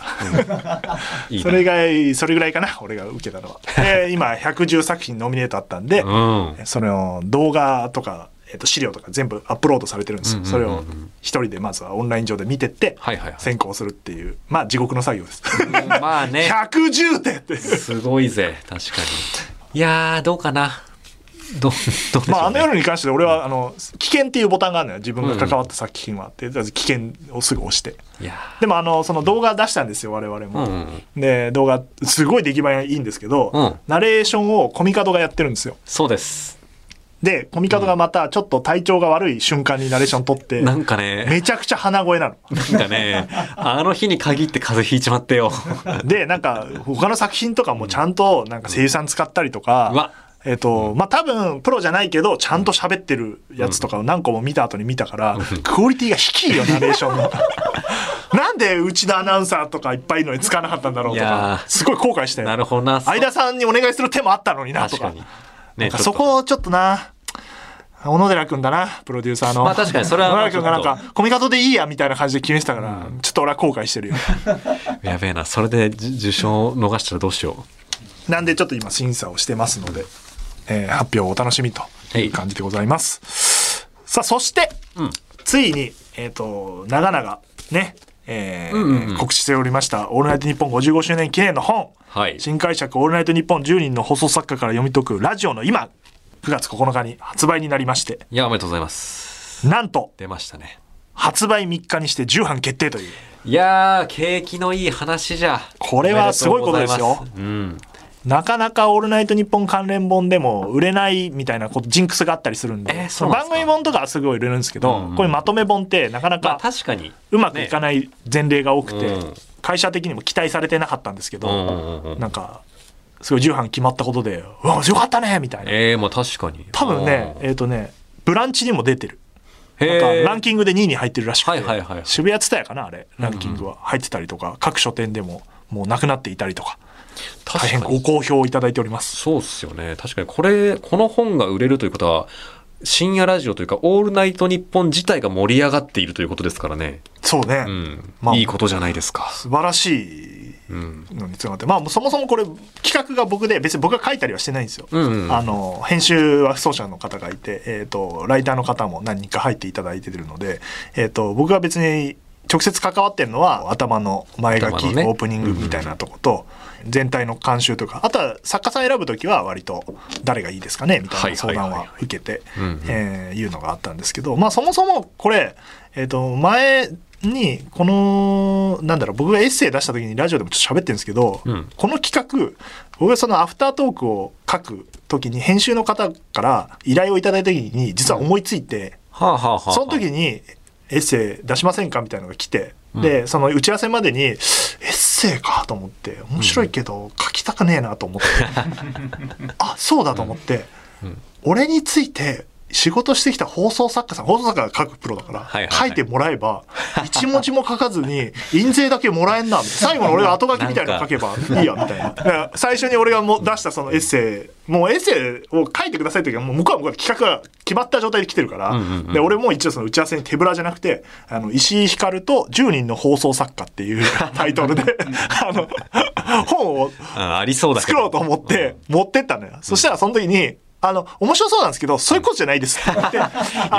B: いい
A: そ
B: な
A: れ以外、それぐらいかな、俺が受けたのは。えー今、110作品ノミネートあったんで、
B: うん。
A: その動画とか、えっと資料とか全部アップロードされてるんですよ、
B: うんうんうんうん
A: それを一人でまずはオンライン上で見てって、
B: はいはいはい
A: 選考するっていうまあ地獄の作業です
B: まあ ね。
A: 110点って
B: すごいぜ、確かに。いやー、どうかな。どう、どうでしょう、ね。
A: まああの夜に関して俺はあの危険っていうボタンがあるのよ自分が関わった作品はって、危険をすぐ押して
B: いやー
A: でもあのその動画出したんですよ我々も、
B: うんうん
A: で動画すごい出来栄えがいいんですけど、
B: うん
A: ナレーションをコミカドがやってるんですよ
B: そうです。
A: でコミカドがまたちょっと体調が悪い瞬間にナレーション取って、
B: なんかね、
A: めちゃくちゃ鼻声なの
B: なんかね、あの日に限って風邪ひいちまってよ。
A: でなんか他の作品とかもちゃんとなんか声優さん使ったりとか、
B: うわ
A: えっとまあ多分プロじゃないけどちゃんと喋ってるやつとかを何個も見た後に見たから、クオリティが低いよナレーショ ンの。なんでうちのアナウンサーとかいっぱいいるのにつかなかったんだろうと
B: いや
A: か
B: ー
A: すごい後悔したよ
B: なるほどな。
A: 相田さんにお願いする手もあったのになと
B: 確
A: か
B: かに。
A: なん
B: ね、
A: か
B: ちょ
A: そ
B: っと
A: こをちょっとな小野寺君だなプロデューサーの、
B: まあ確かにそれは
A: 小野寺君がなん
B: ち
A: かコミカドでいいやみたいな感じで決めてたから、ちょっと俺は後悔してるよ
B: やべえな。それでじ受賞を逃したらどうしよ
A: なんでちょっと今審査をしてますので、えー発表をお楽しみという感じでございます。さあ、そして、
B: ん
A: ついに、えっ、と、長々、ね、えー
B: うんうんうん
A: 告知しておりました、オールナイトニッポン55周年記念の本、
B: はい
A: 新解釈オールナイトニッポン10人の放送作家から読み解くラジオの今、9月9日に発売になりまして、
B: う。いや、おめでとうございます。
A: なんと、
B: 出ましたね。
A: 発売3日にして重版決定という。
B: いやー、景気のいい話じゃ。
A: これはすごいことですよ
B: おめとうございます。
A: なかなか「オールナイトニッポン」関連本でも売れないみたいなことジンクスがあったりするんで,、
B: えーそうなんで
A: 番
B: すか
A: 組本とかはすごい売れるんですけど、
B: うんうん
A: こういうまとめ本ってなかな
B: うん。まあ
A: か
B: 確かに。
A: うまくいかない前例が多くて、
B: うん
A: 会社的にも期待されてなかったんですけど、
B: うんうんうんうん
A: なんかすごい重版決まったことで「うわよかったね」みたいな
B: ええ、もう確かに。
A: 多分ねえっ、とね「ブランチ」にも出てる
B: うん、
A: なんかラン
B: キ
A: キングで2位に入ってるらしくて、
B: はいはいはいはい
A: 渋谷ツタヤかなあれランキングは入ってたりとか、各書店でももうなくなっていたりとか大変ご好評をいただいております。
B: そうっすよね。確かにこれ、この本が売れるということは、深夜ラジオというか、オールナイトニッポン自体が盛り上がっているということですからね。
A: そうね、
B: うん。
A: まあ
B: いいことじゃないですか。
A: 素晴らしい
B: うん。
A: のにつながって、まあ、そもそもこれ企画が僕で別に僕が書いたりはしてないんですよ、
B: うんうん
A: あの編集は奏者の方がいて、えー、とライターの方も何人か入っていただいてるので、えー、と僕が別に直接関わってるのは頭の前書
B: 頭
A: き、
B: のね
A: オープニングみたいなとこと、全体の監修とかあとは作家さん選ぶ時は割と誰がいいですかねみたいな相談
B: はいはいはい
A: は受けて
B: うんうん
A: えーいうのがあったんですけど、まあ、そもそもこれ、えー、と前にこのなんだろう僕がエッセイ出した時にラジオでもちょっと喋ってるんですけど、
B: うん
A: この企画僕がそのアフタートークを書く時に編集の方から依頼をいただいた時に実は思いついて、
B: はあはあはあ。
A: その時にエッセイ出しませんかみたいなのが来て。でその打ち合わせまでにエッセイかと思って面白いけど書きたくねえなと 思って、あそうだと思って、俺について仕事してきた放送作家さん放送作家が書くプロだから、
B: はいはいはい
A: 書いてもらえば一文字も書かずに印税だけもらえんなみたいな最後の俺が後書きみたいなの書けばいいやみたいなだから最初に俺がもう出したそのエッセイもうエッセイを書いてくださいって時はもう向こうは向こうで企画が決まった状態で来てるから、
B: うんうんうん
A: で俺も一応その打ち合わせに手ぶらじゃなくて「あの石井ひかると10人の放送作家」っていう タイトルであの本を
B: あありそうだけ
A: 作
B: ど
A: ろうと思って持ってったのよ、そしたらその時にあの、面白そうなんですけど、そういうことじゃない ですって言って、あ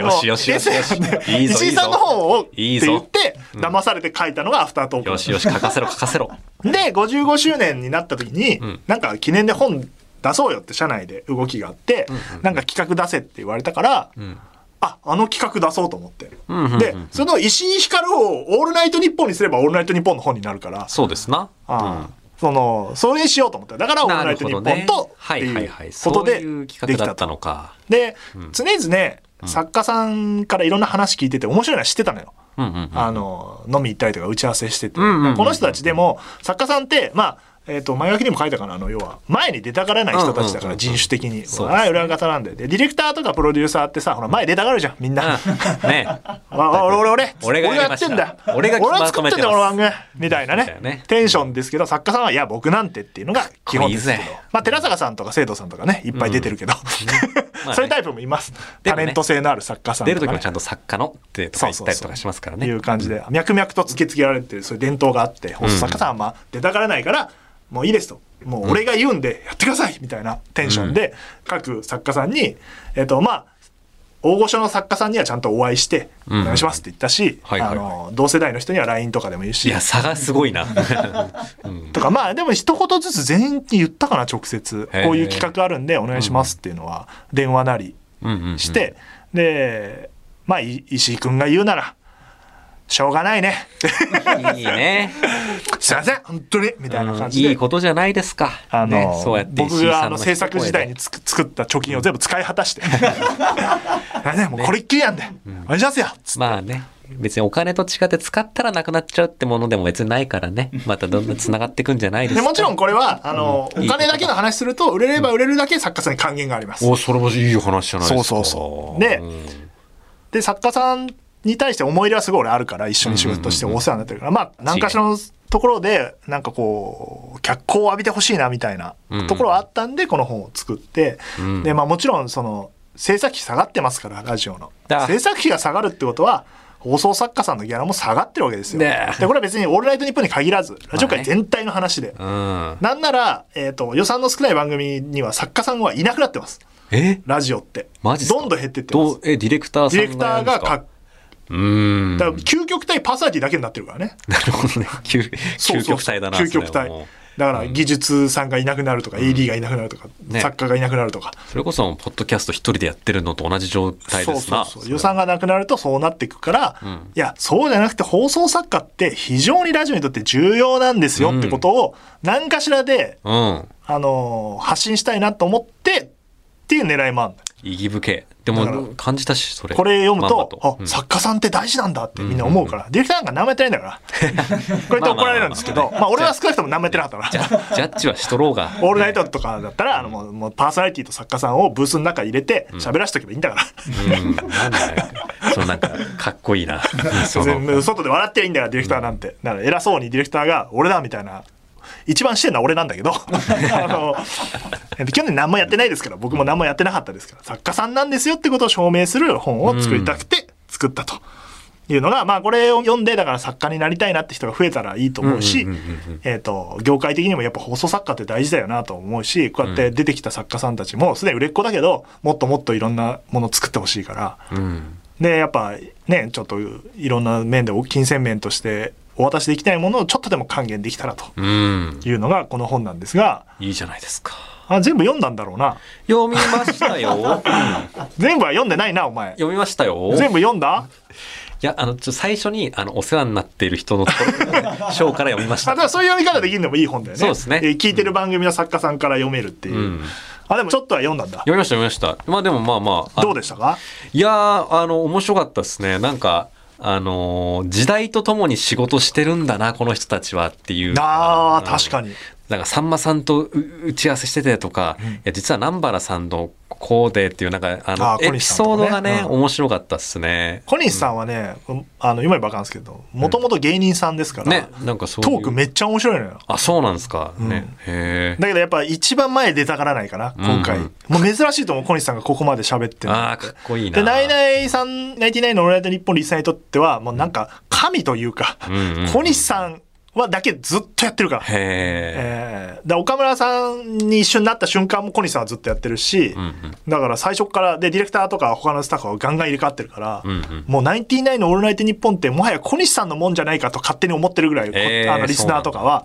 A: の
B: よしよしよしよ
A: エ
B: し
A: ッセイなんで
B: いいぞ
A: 石井さんの本をって言
B: いいぞ
A: って、騙されて書いたのがアフタートーク。
B: よしよし、書かせろ書かせろ。
A: で、55周年になった時に、
B: ん
A: なんか記念で本出そうよって社内で動きがあって、なんか企画出せって言われたから、
B: ん
A: あ、あの企画出そうと思って。
B: うんうんうん
A: で、その石井ひかるをオールナイトニッポンにすればオールナイトニッポンの本になるから、
B: そうですな。
A: ああその、それにしようと思った。だからオールナ
B: な
A: イ
B: る
A: ト
B: ほ
A: ニッ
B: ど
A: ポン
B: ね。
A: と、
B: は
A: って
B: いはいいうはい。
A: こと
B: そう
A: で
B: い
A: で
B: う企
A: き
B: 画だ
A: た
B: った
A: と。
B: のか。
A: で、常々、作家さんからいろんな話聞いてて面白いのは知ってたのよ。
B: うんうんうん。
A: あの、飲み行ったりとか打ち合わせしてて、
B: うんうんうんうん
A: この人たちでも、作家さんって、まあ、えっと前書きにも書いたかなあの要は前に出たがらない人たちだ
B: うんうんうん
A: か
B: う
A: ら
B: ん
A: 人種的に
B: そうですね
A: ああ裏方なんででディレクターとかプロデューサーってさほら前出たがるじゃんみん な
B: うんね
A: わ俺俺俺
B: 俺がやりま
A: やっ
B: した
A: てんだ
B: 俺が
A: 俺が作ってんだこの
B: ま
A: 番
B: とめ
A: 組みたいな
B: みたい
A: ね
B: なね
A: テンションですけど作家さんはいや僕なんてっていうのが基本ですけど
B: かっこいいぜ
A: ままあ、寺坂さんとか生徒さんとかね、いっぱい出てるけど、
B: まあ ね
A: そういうタイプもいます。タ
B: でもね
A: レント性のある作家さんと
B: 出
A: か、
B: る
A: ね。
B: 時もちゃんと作家のってとか言ったりとかしますからね。
A: いう感じで、脈々と突きつけられてる、そういう伝統があって、放送作家さんはあんま出たがらないから、もういいですと。もう俺が言うんでやってくださいみたいなテンションで、各作家さんに、えっ、と、まあ、大御所の作家さんにはちゃんとお会いして、お
B: ん
A: 願いしますって言ったし、
B: はいはいはい
A: あの、同世代の人には LINE とかでもいい
B: い
A: し
B: や、、差がすごいな。
A: とか、まあでも一言ずつ全員に言ったかな、直接。
B: へー
A: こういう企画あるんでお願いしますっていうのは、電話なり
B: うんうんうん
A: して、で、まあ、い石井君が言うなら、しょうがない ね。
B: いいね。
A: すいません本当にみたいな感じで、
B: いいことじゃないですか。
A: あの、
B: ねそうやって
A: 僕があの制
B: 石井さん
A: 作時代に
B: 一
A: つく作った貯金を全部使い果た して、ね、もうこれっきりなんで、お願いしますよつって
B: 声でまあね。別にお金と違って使ったらなくなっちゃうってものでも別にないか らね。またどんどん繋がっていくんじゃないです
A: で
B: か。
A: もちろんこれはあの、
B: うん
A: お金だけの話すると売れれば売れるだけ作家さんに還元があります、
B: お、それもいい話じゃないです
A: そう
B: か。
A: そうそうで
B: ん
A: で作家さんに対して思い入れはすごい俺あるから一緒に仕事としてお世話になってるから、まあ何かしらのところでなんかこう脚光を浴びてほしいなみたいなところはあったんで、この本を作って、
B: うん
A: でまあもちろんその制作費下がってますからラジオの
B: だ
A: 制作費が下がるってことは放送作家さんのギャラも下がってるわけですよ、
B: ねえ
A: でこれは別に「オールナイトニッポン」に限らずラジオ界全体の話で、
B: うん。
A: なんなら、えー、と予算の少ない番組には作家さんはいなくなってます
B: え
A: ラジオって
B: マジっすか
A: どんどん減ってってま
B: ど
A: す
B: う、え、ディレクターさん
A: ディレクターが
B: や
A: か
B: るんですかうーん。
A: だから究極体パーソナリティだけになってるからね。
B: なるほどね。究
A: そうそ
B: 究
A: う
B: 極体だな。
A: 究極
B: それ
A: 体
B: はもう。
A: だから技術さんがいなくなるとか、AD がいなくなるとか、
B: ね
A: 作家がいなくなるとか。
B: それこそ、ポッドキャスト一人でやってるのと同じ状態
A: そ
B: で
A: う
B: す
A: そ
B: な。
A: うそう。予算がなくなるとそうなっていくから、
B: ん
A: いや、そうじゃなくて放送作家って非常にラジオにとって重要なんですよってことを、何かしらで、
B: うん。
A: あのー発信したいなと思って、っていう狙いもあるんだよ
B: 意義深け。で
A: だから
B: も、感じたし、それ。
A: これ読む
B: まんま
A: と、あ
B: うん
A: 作家さ んって大事なんだってみんな思うから、ディレクターなんか舐めてないんだ から。これって怒られるんですけど、まあ俺は少なくとも舐めてなかったから。
B: ジャジャッジはしとろうが。
A: オールナイトとかだったら、あのもうもうパーソナリティと作家さんをブースの中に入れて喋らせとけばいいんだから、
B: うん。なんだよ。そのなんか、かっこいいな。その
A: 全部外で笑ってりゃいいんだからディレクターなんて、だから偉そうにディレクターが「俺だ」みたいな一番してるのは俺なんだけ どあのえっと去年何もやってないですから僕も何もやってなかったですから作家さんなんですよってことを証明する本を作りたくて作ったと。いうのが、まあこれを読んで、だから作家になりたいなって人が増えたらいいと思うし、
B: うんうんうんうん
A: えっ、と、業界的にもやっぱ放送作家って大事だよなと思うし、こうやって出てきた作家さんたちも、すでに売れっ子だけど、もっともっといろんなもの作ってほしいから、
B: うん。
A: で、やっぱね、ちょっといろんな面で金銭面としてお渡しできないものをちょっとでも還元できたらと
B: うん。
A: いうのがこの本なんですが、
B: いいじゃないですか。
A: あ全部読んだんだろうな。
B: 読みまし たよ。
A: 全部は読んでないな、お前。
B: 読みましたよ。
A: 全部読んだ
B: いや、あの、ちょ最初に、あの、お世話になっている人のとこ ろ、章から読みまし
A: あだ
B: た
A: か。らそういう読み方できるのもいい本だよね。
B: そうですね
A: えー聞いてる番組の作家さんから読めるっていう。
B: うん
A: あ、でもちょっとは読んだんだ。
B: 読みました、読みました。まあでも、まあまあ。あ
A: どうでしたか
B: いやー、あの、面白かったですね。なんか、あのー時代とともに仕事してるんだな、この人たちはっていう。
A: ああ、確かに。
B: なんかさんまさんとう打ち合わせしててとか、いや実は南原さんのこうでっていうなんかあの
A: あー小
B: エピ
A: 西さん
B: ソー
A: とかね
B: ドがね
A: うん
B: 面白かったっすね。
A: 小西さんはね、あの今よりバカなんですけどもともと芸人さんですから、
B: ねなんかそう
A: ト
B: いう
A: ークめっちゃ面白いのよ
B: あそうなんですか、ねへえ。
A: だけどやっぱ一番前出たがらないかな今回、
B: うん
A: もう珍しいと思う小西さんがここまで喋ってるの
B: ああかっこいいな。
A: でナイナイさんナインティナインの「オールナイトニッポン」リスナーにとってはもうなんか神というか、
B: うんうんうん
A: 小西さんはだけずっとやってるから
B: へ
A: え
B: え。
A: ー、だ岡村さんに一緒になった瞬間も小西さんはずっとやってるし、
B: うん
A: だから最初からでディレクターとか他のスタッフはガンガン入れ替わってるから、
B: うんうん
A: もうナインティナインのオールナイトニッポンってもはや小西さんのもんじゃないかと勝手に思ってるぐらい、こ
B: えー
A: あのリスナーとかは、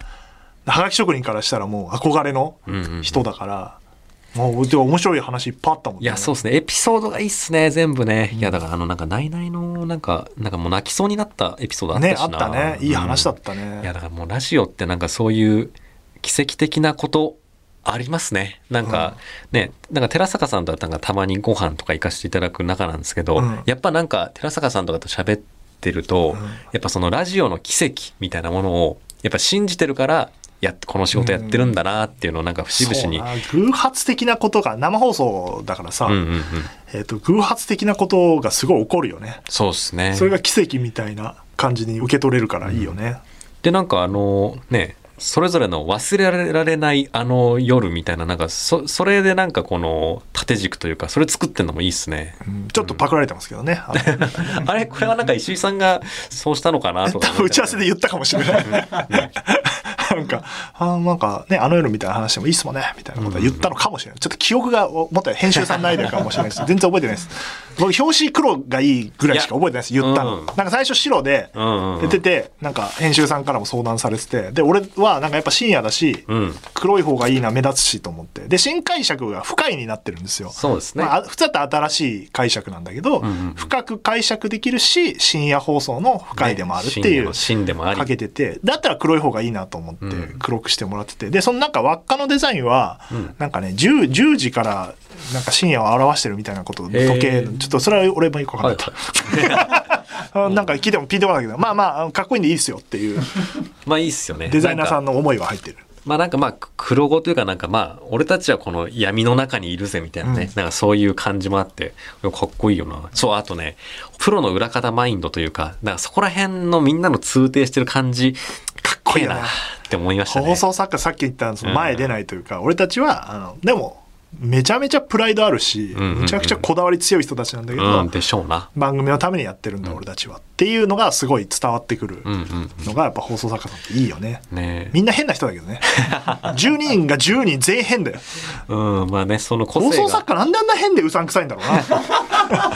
A: はがき職人からしたらもう憧れの
B: うんうんうん
A: 人だから、もうでも面白い話いっぱいあったもんね。
B: いや、そうですね。エピソードがいいっすね、全部ね。いや、だから、あの、なんか、ナイナイの、なんか、なんかもう泣きそうになったエピソードあったし
A: ね、あ
B: な。
A: ったね。いい話だ
B: っ
A: った
B: いや、
A: ね。
B: だからもうラジオってなんかそういう奇跡的なことありますね。なんか、ね、なんか寺坂さんとはなんかたまにご飯とか行かせていただく仲なんですけど、
A: うん
B: やっぱなんか寺坂さんとかと喋ってると、やっぱそのラジオの奇跡みたいなものを、やっぱ信じてるから、やっこの仕事やってるんだなっていうのをなんか節々に。
A: そうな偶発的なことが生放送だからさ、
B: うんうんうん。
A: えっと偶発的なことがすごい起こるよね。
B: そうですね。
A: それが奇跡みたいな感じに受け取れるからいいよね。
B: でなんかあのねそれぞれの忘れられないあの夜みたいな、なんか、そ、それでなんかこの縦軸というか、それ作ってんのもいいっすね。
A: うんちょっとパクられてますけどね。あの
B: あれこれはなんか石井さんがそうしたのかなと
A: 多
B: か思いながら。
A: 分打ち合わせで言ったかもしれ ない。なんか、あなんかね、あの夜みたいな話でもいいっすもんね、みたいなことは言ったのかもしれない。ちょっと記憶が、おもっと編集さんないでかもしれない です。全然覚えてないです。僕、表紙黒がいいぐらいしか覚えてないです、言ったの。
B: うん
A: なんか最初白で、
B: うんうんうん
A: 出てて、なんか編集さんからも相談されてて、で、俺はなんかやっぱ深夜だし、
B: うん
A: 黒い方がいいな、目立つしと思って。で、新解釈が深いになってるんですよ。
B: そうですね
A: まああ普通だったら新しい解釈なんだけど、
B: んうん
A: 深く解釈できるし、深夜放送の深いでもあるっていう。
B: 芯でもあ
A: か
B: り。
A: けててだったら黒い方がいいなと思って
B: うん
A: 黒くしてもらってて、でそのなんか輪っかのデザインは、
B: うん
A: なんかね 10, 10時からなんか深夜を表してるみたいなこと時
B: へー
A: 計ちょっとそれは俺もよく分かんな
B: はい
A: い、あなんか聞いてもピンとこないけどまあまああのかっこいいんでいいですよって いう
B: まあいいっすよね。
A: デザイナーさ
B: なんか
A: んの思いは入ってる。
B: まあなんかまあ黒子というかなんかまあ俺たちはこの闇の中にいるぜみたいなね、なんかそういう感じもあってかっこいいよな。そうあとねプロの裏方マインドというかなんかそこら辺のみんなの通底してる感じかっこ
A: かっこ
B: いい
A: いいよ
B: な
A: な
B: って思いましたね。
A: 放送作家さっき言ったその前出ないというか、俺たちはあのでもめちゃめちゃプライドあるし、
B: んうんうん
A: めちゃくちゃこだわり強い人たちなんだけど、
B: うんでしょうな。
A: 番組のためにやってるんだ俺たちはっていうのがすごい伝わってくる
B: うんうん
A: のがやっぱ放送作家さんっていいよね。
B: ねえ
A: みんな変な人だけどね。10人が10人全員変だよ。
B: うんまあねその個
A: 放
B: 性
A: 送
B: が
A: 作家なんであんな変でうさんくさいんだろうな。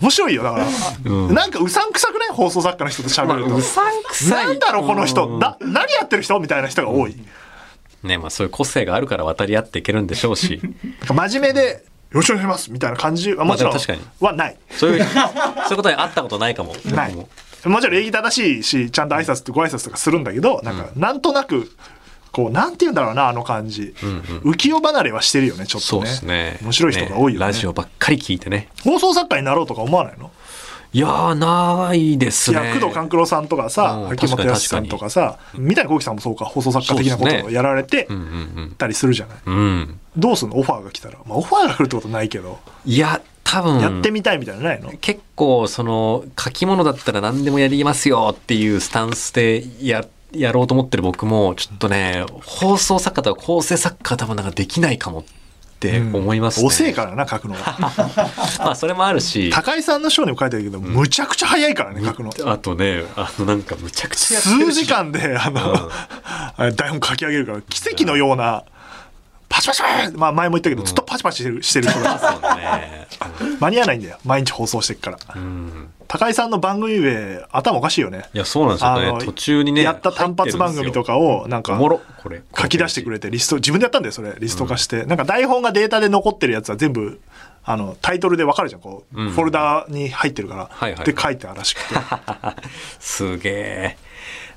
A: 面白いよ、だから。
B: うん
A: なんかうさんくさくない放送作家の人と喋ると。
B: うさんくさい。
A: なんだろう、この
B: う
A: 人。
B: ん
A: な、何やってる人みたいな人が多い。
B: ねまあそういう個性があるから渡り合っていけるんでしょ うし。
A: 真面目で、よろしくお願いしますみたいな感じはもちろん
B: まあでも確か
A: はない。
B: そういう、そういうことにあったことないかも。
A: ない
B: 僕も。
A: もちろん礼儀正しいし、ちゃんと挨拶とご挨拶とかするんだけど、なんか、なんとなく、こう、なんて言うんだろうな、あの感じ。浮世離れはしてるよね、ちょっ
B: そ
A: と
B: う
A: ね。
B: ですね。
A: 面白い人が多いよね。
B: ラジオばっかり聞いてね。
A: 放送作家になろうとか思わないの、
B: いやー、ないです
A: い
B: ね。
A: や工藤官九郎さんとか
B: う
A: さ
B: ん
A: 秋元
B: 確かに
A: 康さんとかさ三谷幸喜さんもそうか放送作家的なこ
B: そうです
A: とを
B: ね
A: やられて
B: うんうん
A: たりするじゃない、
B: うん。うん。
A: どうすんのオファーが来たら、まあ、オファーが来るってことないけど、
B: いや、多分。
A: やってみたいみたいなのないの
B: 結構、その、書き物だったら何でもやりますよっていうスタンスでや、やろうと思ってる僕も、ちょっとね、放送作家とか構成作家は多分なんかできないかもって思いますね。
A: 遅えからな書くのは
B: まあ、それもあるし。
A: 高井さんの章にも書いてあるけどむちゃくちゃ早いからね書くの
B: あとね、あの、なんかむちゃくちゃやってるし
A: 数時間であの、あれ台本書き上げるから奇跡のようなパチパチパチ、まあ、前も言ったけどずっとパチパチしてるしてる人が
B: そうだね。
A: 間に合わないんだよ毎日放送してっから、
B: うん。
A: 高井さんの番組名頭おかしいよね
B: いや、そうなんです
A: あ
B: よ
A: の
B: ね。途中にね。
A: やった単発番組と
B: 入
A: かをなん
B: ってるん
A: か
B: ですよ。おもろ、これ。
A: 書き出してくれてリスト自分でやったんだよそれリスト化して、なんか台本がデータで残ってるやつは全部あのタイトルでわかるじゃんこう、
B: うん
A: フォルダに入ってるから、
B: はいはい
A: で書いてあるらしくて
B: すげえ。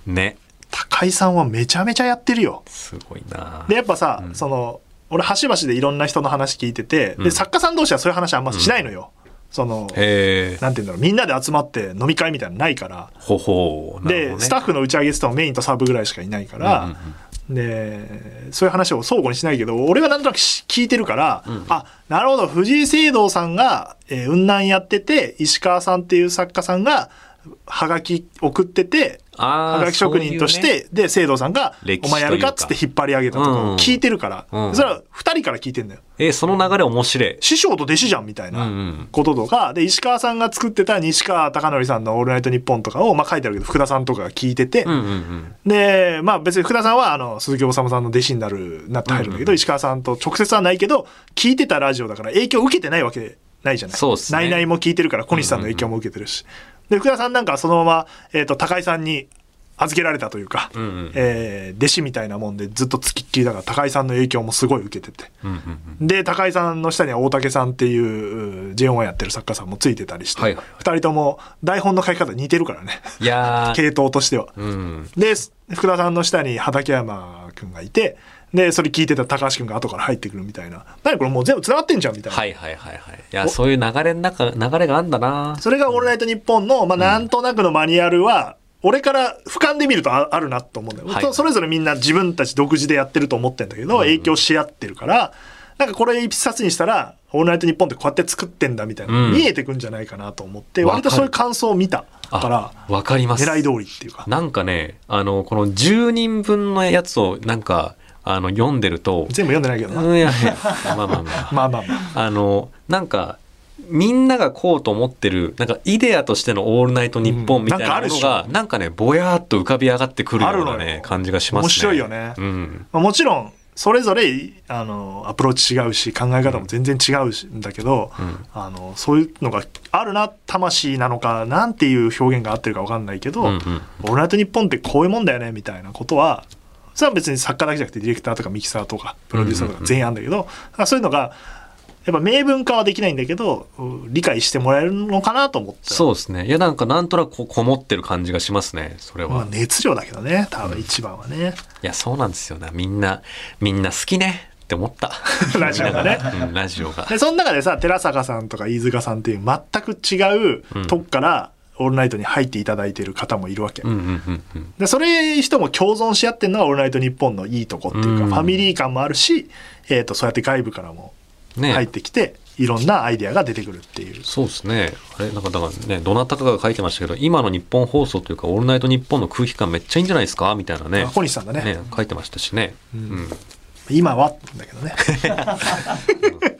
B: ね。
A: 高井さんはめちゃめちゃやってるよ
B: すごいな
A: でやっぱさ、その俺端々でいろんな人の話聞いてて、
B: う
A: で
B: ん
A: 作家さん同士はそういう話あんましないのよ、その
B: へえ。
A: なんて言うんだろうみんなで集まって飲み会みたいなのないから
B: ほほう。
A: で、スタッ
B: フ。
A: フの打ち上げって言ってもメインとサブぐらいしかいないから、
B: うんうん
A: でそういう話を相互にしないけど俺がなんとなくし聞いてるから、あなるほど藤井聖堂さんが、えー、雲南やってて石川さんっていう作家さんがはがき送ってて
B: あ
A: は
B: あ。
A: がき職人とし
B: そういうね、
A: て、で聖堂さんが「
B: 歴
A: お
B: 史
A: 前
B: という
A: や
B: か
A: るか?」っつって引っ張り上げたとか
B: うん
A: を聞いてるから、
B: うん
A: それは2人から聞いてんだよ。
B: えーその流れ面白い。
A: 師匠と弟子じゃんみたい
B: うんう
A: なんこととか、で石川さんが作ってた西川貴教さんの「オールナイトニッポン」とかを、まあ、書いてあるけど福田さんとかが聞いてて、
B: うんうんうん。
A: でまあ別に福田さんはあの鈴木おさむさんの弟子になるなって入るんだけど、石川さんと直接はないけど聞いてたラジオだから影響を受けてないわけないじゃない
B: そうっすね
A: ナイナイも聞いてるから小西さんの影響も受けてるし、で福田さんなんかはそのまま、えー、と高井さんに預けられたというか、
B: うんうん
A: えー弟子みたいなもんでずっとつきっきりだから高井さんの影響もすごい受けてて。
B: うんうんうん。
A: で高井さんの下には大竹さんっていうう J1 やってる作家さんもついてたりして、
B: は
A: 二
B: いはいはい
A: 人とも台本の書き方似てるからね
B: いやー。
A: 系統としては。
B: うん。
A: で福田さんの下に畠山君がいてでそれ聞いてた高橋君が後から入ってくるみたいな何これもう全部つながってんじゃんみたいな、
B: はいはいはいはい。いや、そういう流れの中、流れがあんだな
A: それが「オールナイトニッポン」の、まあ、なんとなくのマニュアルは、俺から俯瞰で見るとああるなと思うんだよ、
B: はい
A: とそれぞれみんな自分たち独自でやってると思ってんだけど、影響し合ってるからなんかこれ一冊にしたら「オールナイトニッポン」ってこうやって作ってんだみたいな、
B: うん
A: 見えてくんじゃないかなと思って
B: わか
A: 割
B: る
A: とそういう感想を見た
B: あ
A: から
B: わかります。
A: 狙い通りっていうか
B: なんかね、あの、この10人分のやつをなんか、あの、読んでると、
A: 全部読んでないけどな、
B: うん、いやいや、まあまあまあ。
A: まあまあまあ
B: あの、なんか、みんながこうと思ってる、なんかイデアとしてのオールナイト日本みたいなものが、
A: う
B: なんかね、ぼやーっと浮かび上がってくるよ
A: あ
B: うな
A: るのよ
B: ね、感じがしますね。
A: 面白いよね
B: うん。
A: まあもちろんそれぞれあのアプローチ違うし考え方も全然違うんだけど、
B: うん
A: あのそういうのがあるな魂なのかなんていう表現が合ってるか分かんないけど「
B: うんうん
A: オールナイトニッポン」ってこういうもんだよねみたいなことはそれは別に作家だけじゃなくてディレクターとかミキサーとかプロデューサーとか全員あるんだけど、だからそういうのがやっぱ明文化はできないんだけどうん理解してもらえるのかなと思って
B: そうですね。いや、なんか、なんとなくここもってる感じがしますね、それは。
A: まあ、熱量だけどね多分一番はね、
B: いや、そうなんですよな。みんな、みんな好きねって思った。
A: ラジオがね。
B: うん、ラジオ が。
A: でその中でさ寺坂さんとか飯塚さんっていう全く違
B: う
A: うんとこから「オールナイト」に入っていただいてる方もいるわけ、
B: うんうんうんうん。
A: でそれ人も共存し合ってるのが「オールナイトニッポン」のいいとこっていうか、
B: うん
A: ファミリー感もあるし、えー、とそうやって外部からも
B: ね
A: 入ってきて、いろんなアイデアが出てくるっていう
B: そうですね。あれなんか、だからね、どなたかが書いてましたけど、今の日本放送というか、オールナイト日本の空気感めっちゃいいんじゃないですかみたいなね。
A: あ小西さんだね
B: ね、書いてましたしね。うんん。
A: 今はだけどね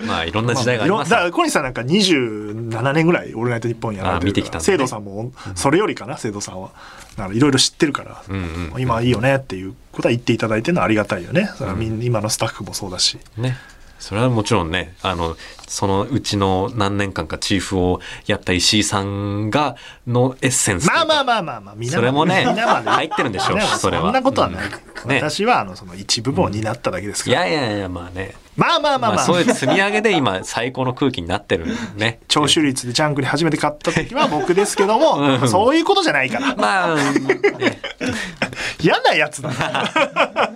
B: まあ、いろん な時代があり
A: いろん
B: ま
A: だ
B: す
A: か
B: から
A: 小西さんなんか27年ぐらい「オールナイトニッポン」やられてる
B: あ見てき
A: か
B: たん
A: ら
B: だ
A: 生
B: ね
A: 徒、さんもそれよりかな生徒さんはだからいろいろ知ってるから、
B: うんうんうん
A: 今はいいよねっていうことは言っていただいてるのはありがたいよね、それはみん、今のスタッフもそうだし
B: ね。それはもちろんね、あの、そのうちの何年間かチーフをやった石井さんが、のエッセンスという
A: ま
B: か。
A: あまあまあまあまあみんな
B: それもね、
A: みんなまで
B: 入ってるんでしょう、
A: ね
B: それは。
A: んなことはない、
B: うんね、
A: 私はあのその一部分を担っただけです
B: い
A: から、
B: やいやいや、まあね。
A: まあまあまあ
B: ま
A: まあ、
B: あ、そういう積み上げで今、最高の空気になってるね。
A: 聴取率でジャンクに初めて買った時は僕ですけども、
B: うん
A: そういうことじゃないから
B: まあ、ね、
A: 嫌なやつだな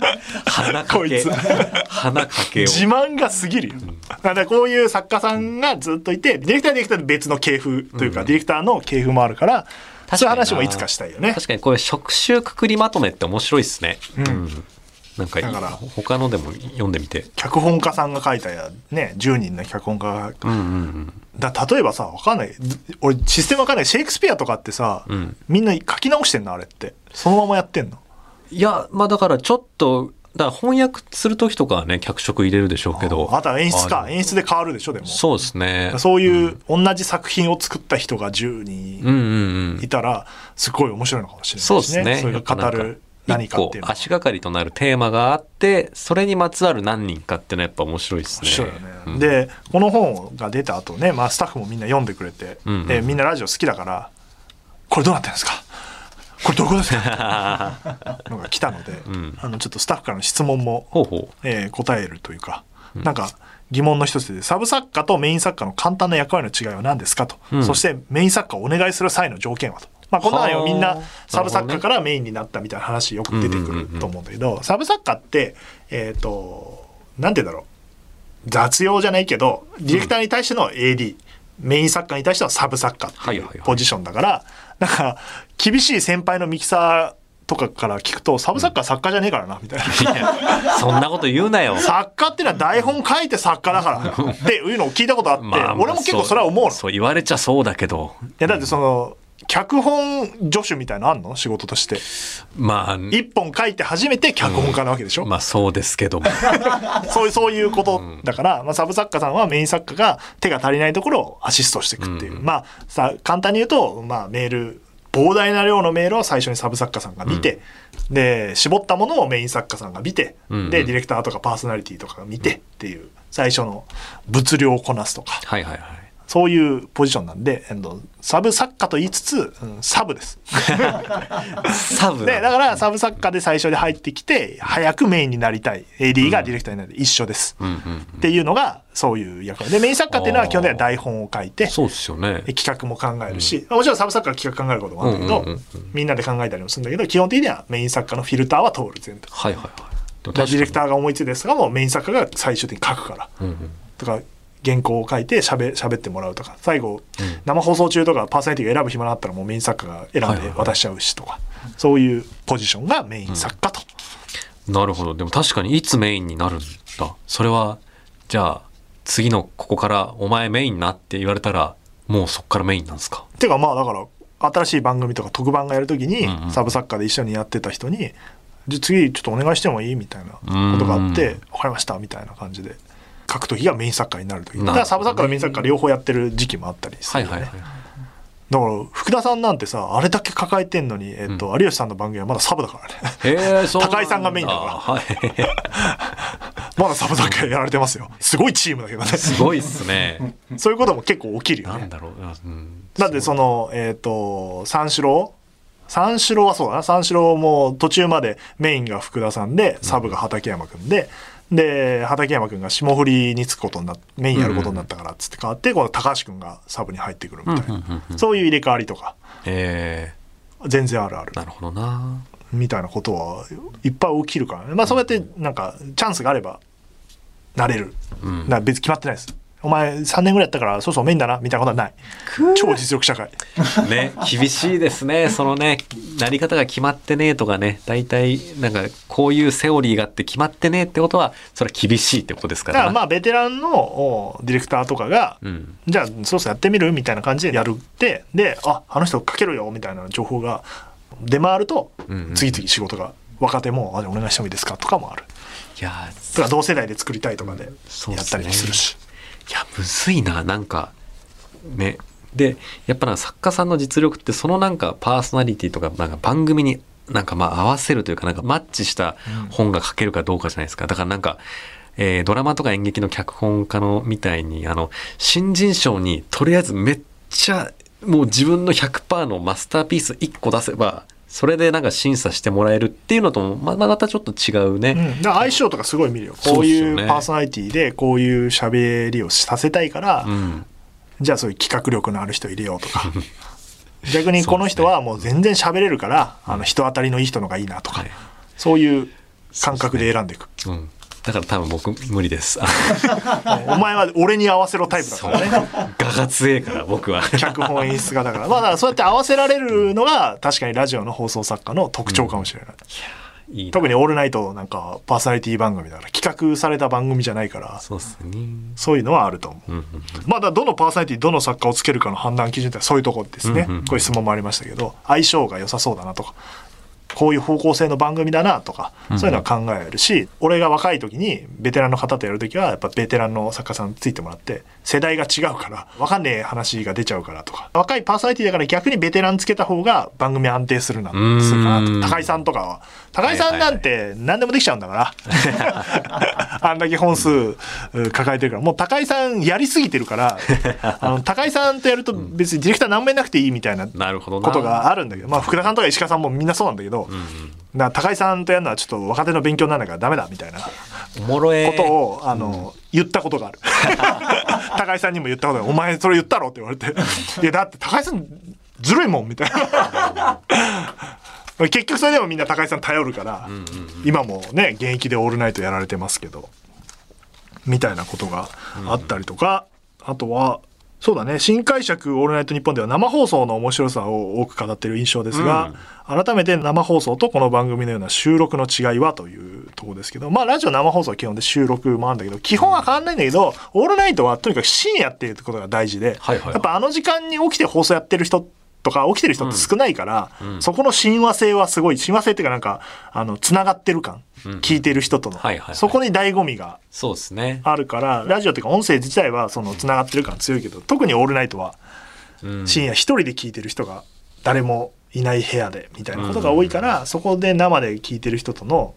B: 鼻か
A: こい
B: け
A: つ。
B: 鼻かけを。
A: 自慢が過ぎるよ、だからこういう作家さんがずっといてディレクターはディレクターで別の系譜というか、ディレクターの系譜もあるから
B: 確かにな
A: そういう話もいつかしたいよね
B: 確かにこれ、職種くくりまとめって面白いですね。うんん。なんかいい
A: だから
B: 他のでも読んでみて。
A: 脚本家さんが書いたやね10人の脚本家
B: うんうん
A: だ例えばさわかんないず俺システムわかんないシェイクスピアとかってさ、
B: うん。うん。
A: みんな書き直してんのあれってそのままやってんの
B: いや、まあだからちょっと、だから翻訳するときとかはね、脚色入れるでしょうけど。
A: あとは演出
B: あ
A: か
B: の
A: 演出で変わるでしょでもそ
B: そうですね
A: う。いう、同じ作品を作った人が10
B: うんう
A: 人
B: んうん。
A: いたらすごい面白いのかもしれないし
B: そう
A: ね
B: ですね。
A: それが語
B: やっ
A: る
B: ぱなん
A: 何かっていうの
B: 一個
A: が
B: 足がかりとなるテーマがあって、それにまつわる何人かっていうのはやっぱ面白いですね。
A: 面白いよね、
B: うん、
A: でこの本が出た後ね、まあ、スタッフもみんな読んでくれて、
B: うんうん
A: でみんなラジオ好きだからこれどうなってるんですかこれどういうことですか のが来たので、
B: ん
A: あのちょっとスタッフからの質問も
B: ほうほう。
A: えー答えるというか、なんか疑問の一つでサブ作家とメイン作家の簡単な役割の違いは何ですかと、
B: うん
A: そしてメイン作家をお願いする際の条件はと、まあ、この中に
B: は
A: も
B: あ
A: みん
B: な
A: な
B: るほどね
A: サブ作家からメインになったみたいな話よく出てくると思うんだけど、サブ作家ってえっ、となんて言うんだろう雑用じゃないけどディレクターに対しての AD、メイン作家に対してはサブ作家って
B: はい
A: い
B: は
A: う
B: いはい
A: ポジションだから、なんか厳しい先輩のミキサーとかから聞くとサブ作家は作家じゃねえからなみたいな。
B: いやそんなこと言う なよ。
A: 作家ってのは台本書いて作家だ からっていうのを聞いたことあって、俺も結構それは思うの。い
B: そうそう言われちゃそうだけど。
A: やだってその脚本助手みたいなのあんの仕事として
B: まあ、
A: 一本書いて初めて脚本家なわけでしょ、
B: まあそうですけども。
A: そういうそういうことだから、まあ、サブ作家さんはメイン作家が手が足りないところをアシストしていくっていう、まあさ簡単に言うと、まあ、メール膨大な量のメールを最初にサブ作家さんが見て、で絞ったものをメイン作家さんが見て、
B: うん
A: でディレクターとかパーソナリティとかが見てっていう最初の物量をこなすとか
B: はいはいはい。
A: そういうポジションなんで、えっとサブ作家と言いつつ、うんサブです。
B: サブな
A: で だからサブ作家で最初で入ってきて早くメインになりたい AD がディレクターになりたい一緒です。
B: うんうん。
A: っていうのがそういう役割でメイン作家っていうのは基本的には台本を書いて
B: そうですよね。
A: 企画も考えるし、もちろんサブ作家は企画考えることもあるんだけど、
B: うんうんうん
A: みんなで考えたりもするんだけど基本的にはメイン作家のフィルターは通る全部
B: はいはいはい。で
A: デ
B: も確かに
A: ィレクターが思いついたやつがもうメイン作家が最終的に書くから、
B: うんうん
A: とか原稿を書いてしゃべってもらうとか最後、生放送中とかパーソナリティが選ぶ暇があったらもうメイン作家が
B: はい
A: 選
B: は
A: ん
B: い
A: で
B: はい
A: 渡しちゃうしとか、そういうポジションがメイン作家と、
B: なるほど。でも確かにいつメインになるんだ。それは、じゃあ、次のここからお前メインなって言われたら、もうそっからメインなんですか。
A: ていうかまあだから新しい番組とか特番がやるときに、
B: うんうん
A: サブ作家で一緒にやってた人に「じゃあ次ちょっとお願いしてもいい?」みたいなことがあって「わかりました」みたいな感じで書くときがメイン作家になるとき
B: なるほ
A: だ
B: どね
A: からサブ作家とメイン作家両方やってる時期もあったりす
B: は
A: る
B: い
A: よね、
B: はいはい。
A: だから福田さんなんてさあれだけ抱えてんのに、えっと有吉さんの番組はまだサブだからね
B: へえ、そうなんだ。
A: 高井さんがメインだから
B: はい。
A: まだサブ作家やられてますよすごいチームだけどね
B: すごいっすね。
A: そういうことも結構起きるよ
B: な
A: ね
B: んだろう。うん
A: なんでそのえっ、と三四郎三四郎はそうだな三四郎も途中までメインが福田さんでサブが畠山君で、で畠山君が霜降りにつくことになっメインやることになったからっつって変わって、この高橋君がサブに入ってくるみたいな、
B: うんうんうんうん
A: そういう入れ替わりとか
B: え
A: 全然あるある
B: ー、なるほどな。
A: みたいなことはいっぱい起きるからねまあそうやってなんかチャンスがあればなれる、
B: うん
A: な別に決まってないですお前3年ぐらいやったからそうそうメインだなみたいなことはない超実力社会
B: ね、厳しいですね。そのね、なり方が決まってねえとかね、大体、なんか、こういうセオリーがあって決まってねえってことは、それは厳しいってことですか
A: だからら
B: な。
A: まあベテランのおディレクターとかが、
B: うん。
A: じゃあそうそうやってみるみたいな感じでやるってでああの人かけるよみたいな情報が出回ると、
B: うんうん
A: 次々仕事が若手もあ「お願いしてもいいですか?」とかもある
B: いやー、
A: とか同世代で作りたいとかで
B: そうっすね
A: やったりもするし
B: いやむずいななんかねでやっぱなんか作家さんの実力ってそのなんかパーソナリティとかなんか番組になんかまあ合わせるというかなんかマッチした本が書けるかどうかじゃないですかだからなんか、えードラマとか演劇の脚本家のみたいにあの新人賞にとりあえずめっちゃもう自分の100%のマスターピース1個出せばそれでなんか審査してもらえるっていうのともままたちょっと違うね。
A: うん、だから相性とかすごい見るよ
B: そう
A: こ
B: っ
A: う
B: すよね
A: いうパーソナリティでこういう喋りをさせたいから、
B: うん
A: じゃあそういう企画力のある人入れようと か逆にこの人はもう全然喋れるから、あの人当たりのいい人のがいいなとか、
B: はい
A: そういう感覚で選んでいく、
B: うん、だから多分僕無理です。
A: お前は俺に合わせろタイプだからね
B: 画が強えから僕は
A: 脚本演出家だからまあだからそうやって合わせられるのが確かにラジオの放送作家の特徴かもしれない、
B: いいな
A: 特に「オールナイト」なんかパーソナリティ番組だから企画された番組じゃないから
B: そうっすね
A: そういうのはあると思う
B: うんうん
A: まあ、だからどのパーソナリティどの作家をつけるかの判断基準ってそういうところですね、
B: うんうんうん
A: こういう質問もありましたけど相性が良さそうだなとかこういう方向性の番組だなとかそういうのは考えるし、俺が若い時にベテランの方とやる時はやっぱベテランの作家さんについてもらって世代が違うから分かんねえ話が出ちゃうからとか若いパーソナリティだから逆にベテランつけた方が番組安定するな
B: ーん
A: するかなと高井さんとかは高井さんなんて何でもできちゃうんだから あんだけ本数う抱えてるから、もう高井さんやりすぎてる から、あの高井さんとやると別にディレクター何もやんなくていいみたいなこ
B: なるほどな
A: とがあるんだけど、まあ福田さんとか石川さんもみんなそうなんだけど、な高井さんとやるのはちょっと若手の勉強にならないからダメだみたいなこ
B: おもろえ
A: とを、あの、言ったことが ある。高井さんにも言ったことがある。お前それ言ったろって言われ て。いやだって高井さんずるいもんみたいな。 結局それでもみんな高井さん頼るから、今もね現役で「オールナイト」やられてますけどみたいなことがあったりとか、あとはそうだね新解釈「オールナイトニッポン」では生放送の面白さを多く語っている印象ですが、改めて生放送とこの番組のような収録の違いはというところですけどまあラジオ生放送は基本で収録もあるんだけど基本は変わんないんだけど「オールナイト」はとにかく深夜っていうことが大事で、
B: はいはいはい
A: やっぱあの時間に起きて放送やってる人ってとか起きてる人って少ないから、そこの親和性はすごい親和性っていうかなんかあのつながってる感、聞いてる人との、
B: はいはいはい
A: そこに醍醐味が
B: そうですね
A: あるからラジオっていうか音声自体はそのつながってる感強いけど特に「オールナイト」は
B: うん
A: 深夜一人で聞いてる人が誰もいない部屋でみたいなことが多いから、そこで生で聞いてる人との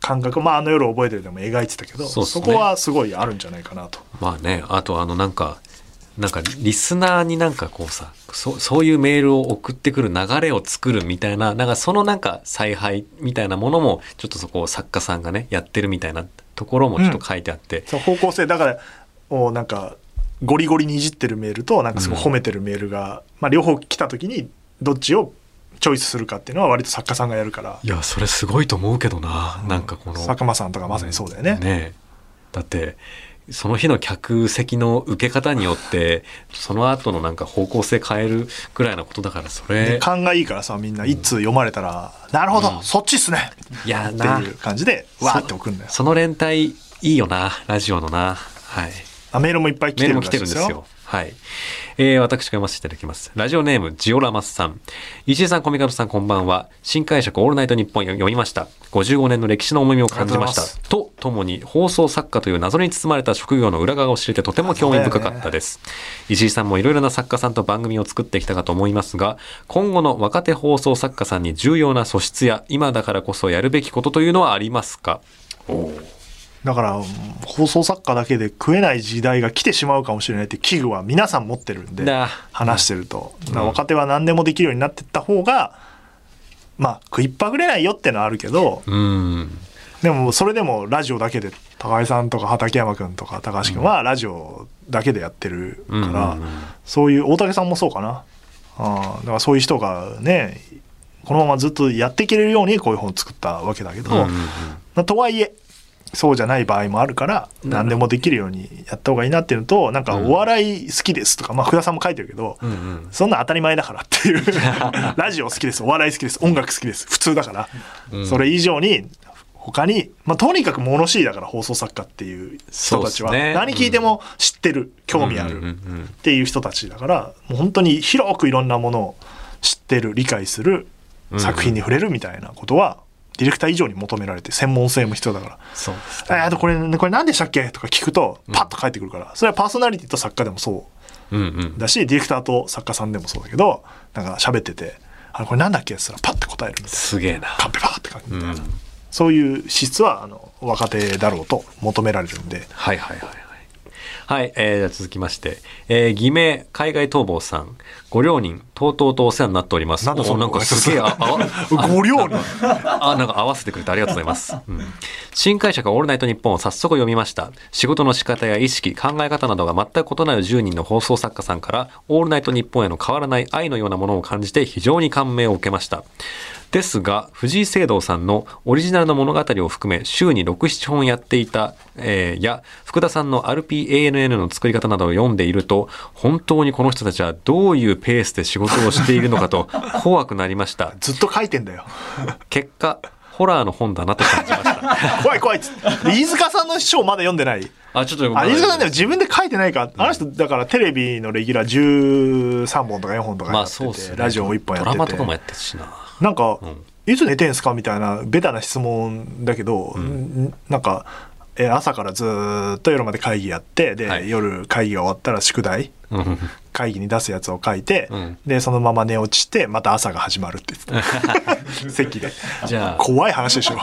A: 感覚まああの夜覚えてるでも描いてたけど
B: そうっすね
A: そこはすごいあるんじゃないかなと。
B: まあねあとあのなんかなんかリスナーになんかこうさそそういうメールを送ってくる流れを作るみたいななんかそのなんか采配みたいなものもちょっとそこを作家さんがねやってるみたいなところもちょっと書いてあって、
A: その方向性だからもうなんかゴリゴリにいじってるメールとなんかすごい褒めてるメールが、まあ、両方来た時にどっちをチョイスするかっていうのは割と作家さんがやるから
B: いやそれすごいと思うけどな、なんかこの
A: 佐久間さんとかまさにそうだよね。
B: ねえだってその日の客席の受け方によって その後のなんか方向性変えるぐらいのことだからそ
A: で
B: れ
A: 勘がいいからさみんな一通読まれたら「なるほど、
B: うん
A: そっちっすね!」
B: いや
A: って
B: な
A: いう感じでわーって送るんだよ。
B: その連帯いいよなラジオのなはい
A: あメールもいっぱい来て
B: メール
A: るら
B: も来
A: してい
B: る
A: で
B: んですす
A: よ。
B: よはい。えー、私が読ませていただきます。ラジオネーム、ジオラマスさん。石井さん、コミカドさん、こんばんは。新解釈、オールナイト日本読みました。55年の歴史の重みを感じまし
A: ありが
B: た。と、ともに、放送作家という謎に包まれた職業の裏側を知れてとても興味深かったです。石井さんもいろいろな作家さんと番組を作ってきたかと思いますが、今後の若手放送作家さんに重要な素質や、今だからこそやるべきことというのはありますか
A: だから、うん放送作家だけで食えない時代が来てしまうかもしれないっていう危惧は皆さん持ってるんで
B: だ、
A: 話してると。だから若手は何でもできるようになってった方が、まあ、食いっぱぐれないよってのはあるけど、
B: うん。
A: でも、それでもラジオだけで、高井さんとか畠山くんとか高橋くんはラジオだけでやってるか
B: う
A: ら
B: んうんうん、
A: そういう、大竹さんもそうかな。あーだからそういう人がね、このままずっとやっていけれるようにこういう本を作ったわけだけど、
B: うんうんうん
A: まあとはいえそうじゃない場合もあるから何でもできるようにやった方がいいなっていうのとなんか
B: うん
A: お笑い好きですとか、まあ、福田さんも書いてるけど、
B: うんうん
A: そんな当たり前だからって いうラジオ好きですお笑い好きです音楽好きです普通だから、
B: うん
A: それ以上に他に、まあ、とにかく物知りだから放送作家っていう人たちは、
B: そうっすね
A: 何聞いても知ってる、興味あ
B: うんうん
A: る
B: うん
A: っていう人たちだからもう本当に広くいろんなものを知ってる理解する
B: うん
A: 作品に触れるみたいなことは、ディレクター以上に求められて専門性も必要だから
B: そうです
A: えーあとこれ、これ何でしたっけとか聞くと、パッと返ってくるから、それはパーソナリティと作家でもそ
B: うんうん
A: うだし、ディレクターと作家さんでもそうだけど、なんか喋ってて、あれこれなんだっけって言ったらパッと答えるみたいな。
B: すげえな。
A: パッペパーって感じみたいな。
B: うん
A: そういう資質は、あの、若手だろうと求められるんで、
B: はいはいはいはい。はい、えーじゃあ続きまして、えー偽名、海外逃亡さん、ご両人、とうとうとお世話になっております。
A: なんだ
B: お
A: その
B: なんかすげえ、あ、あ、
A: ご両人。
B: あ、なんか合わせてくれてありがとうございます。うん新解釈オールナイトニッポンを早速読みました。仕事の仕方や意識、考え方などが全く異なる10人の放送作家さんから、オールナイトニッポンへの変わらない愛のようなものを感じて非常に感銘を受けました。ですが、藤井聖堂さんのオリジナルの物語を含め、週に6、7本やっていた、えーや、福田さんの RPANN の作り方などを読んでいると、本当にこの人たちはどういうペースで仕事をしているのかと怖くなりました。
A: ずっと書いてんだよ。
B: 結果ホラーの本だなと感じました。
A: 怖い怖いっつって。で飯塚さんの書まだ読んでない。
B: あ、ちょっと
A: あ、飯塚さんでも
B: す。
A: 自分で書いてないか。あの人、だからテレビのレギュラー13本とか4本とか
B: ま
A: や
B: あ
A: ってて、
B: そうっすね。
A: ラジオも1本やってて。
B: ドラマとかもやってるしな。
A: なんか、
B: ん
A: いつ寝てんすかみたいなベタな質問だけど、んなんか、えー朝からずーっと夜まで会議やってで、
B: はい
A: 夜会議が終わったら宿題
B: うん
A: 会議に出すやつを書いて、
B: うん
A: でそのまま寝落ちしてまた朝が始まるって言 ってた席で
B: じゃあ
A: 怖い話でしょ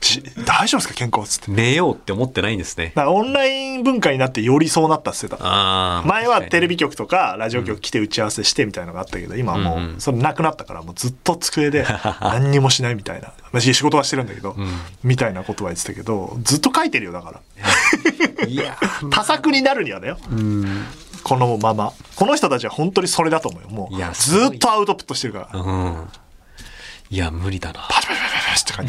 A: し大丈夫ですか健康っつって
B: 寝ようって思ってないんですね。
A: なんかオンライン文化になってよりそうなったっつってた
B: ああ。
A: 前はテレ
B: ビ。
A: ビ局とかラジオ局来て打ち合わせしてみたいのがあったけど今はも
B: うんうん
A: うそれなくなったからもうずっと机 で何にもしないみたいなまあ仕事はしてるんだけど
B: ん
A: みたいなことは言ってたけどずっと書いてるよだから
B: いや。
A: 多作になるにはだよ
B: うん。
A: このままこの人たちは本当にそれだと思うよもう
B: いやすごい
A: ずっとアウトプットしてるから
B: うん。いや、無理だな。
A: パチパチパチパチって感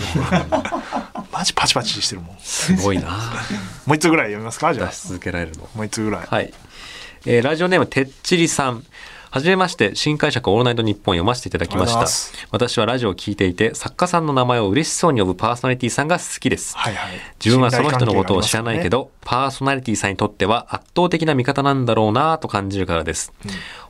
A: じマジパチパチしてるもん
B: すごいな。
A: もう一つぐらい読みますかじゃ
B: 出
A: あ
B: し続けられるの。
A: もう一つぐらい
B: はい。えーラジオネーム、てっちりさん。はじめまして、新解釈オールナイトニッポンを読ませていただき
A: あり
B: まし
A: がとうござい
B: た
A: ます。
B: 私はラジオを聞いていて、作家さんの名前を嬉しそうに呼ぶパーソナリティさんが好きです。
A: はいはい
B: 自分はその人のことを知らないけど、パーソナリティさんにとっては圧倒的な味方なんだろうなぁと感じるからです。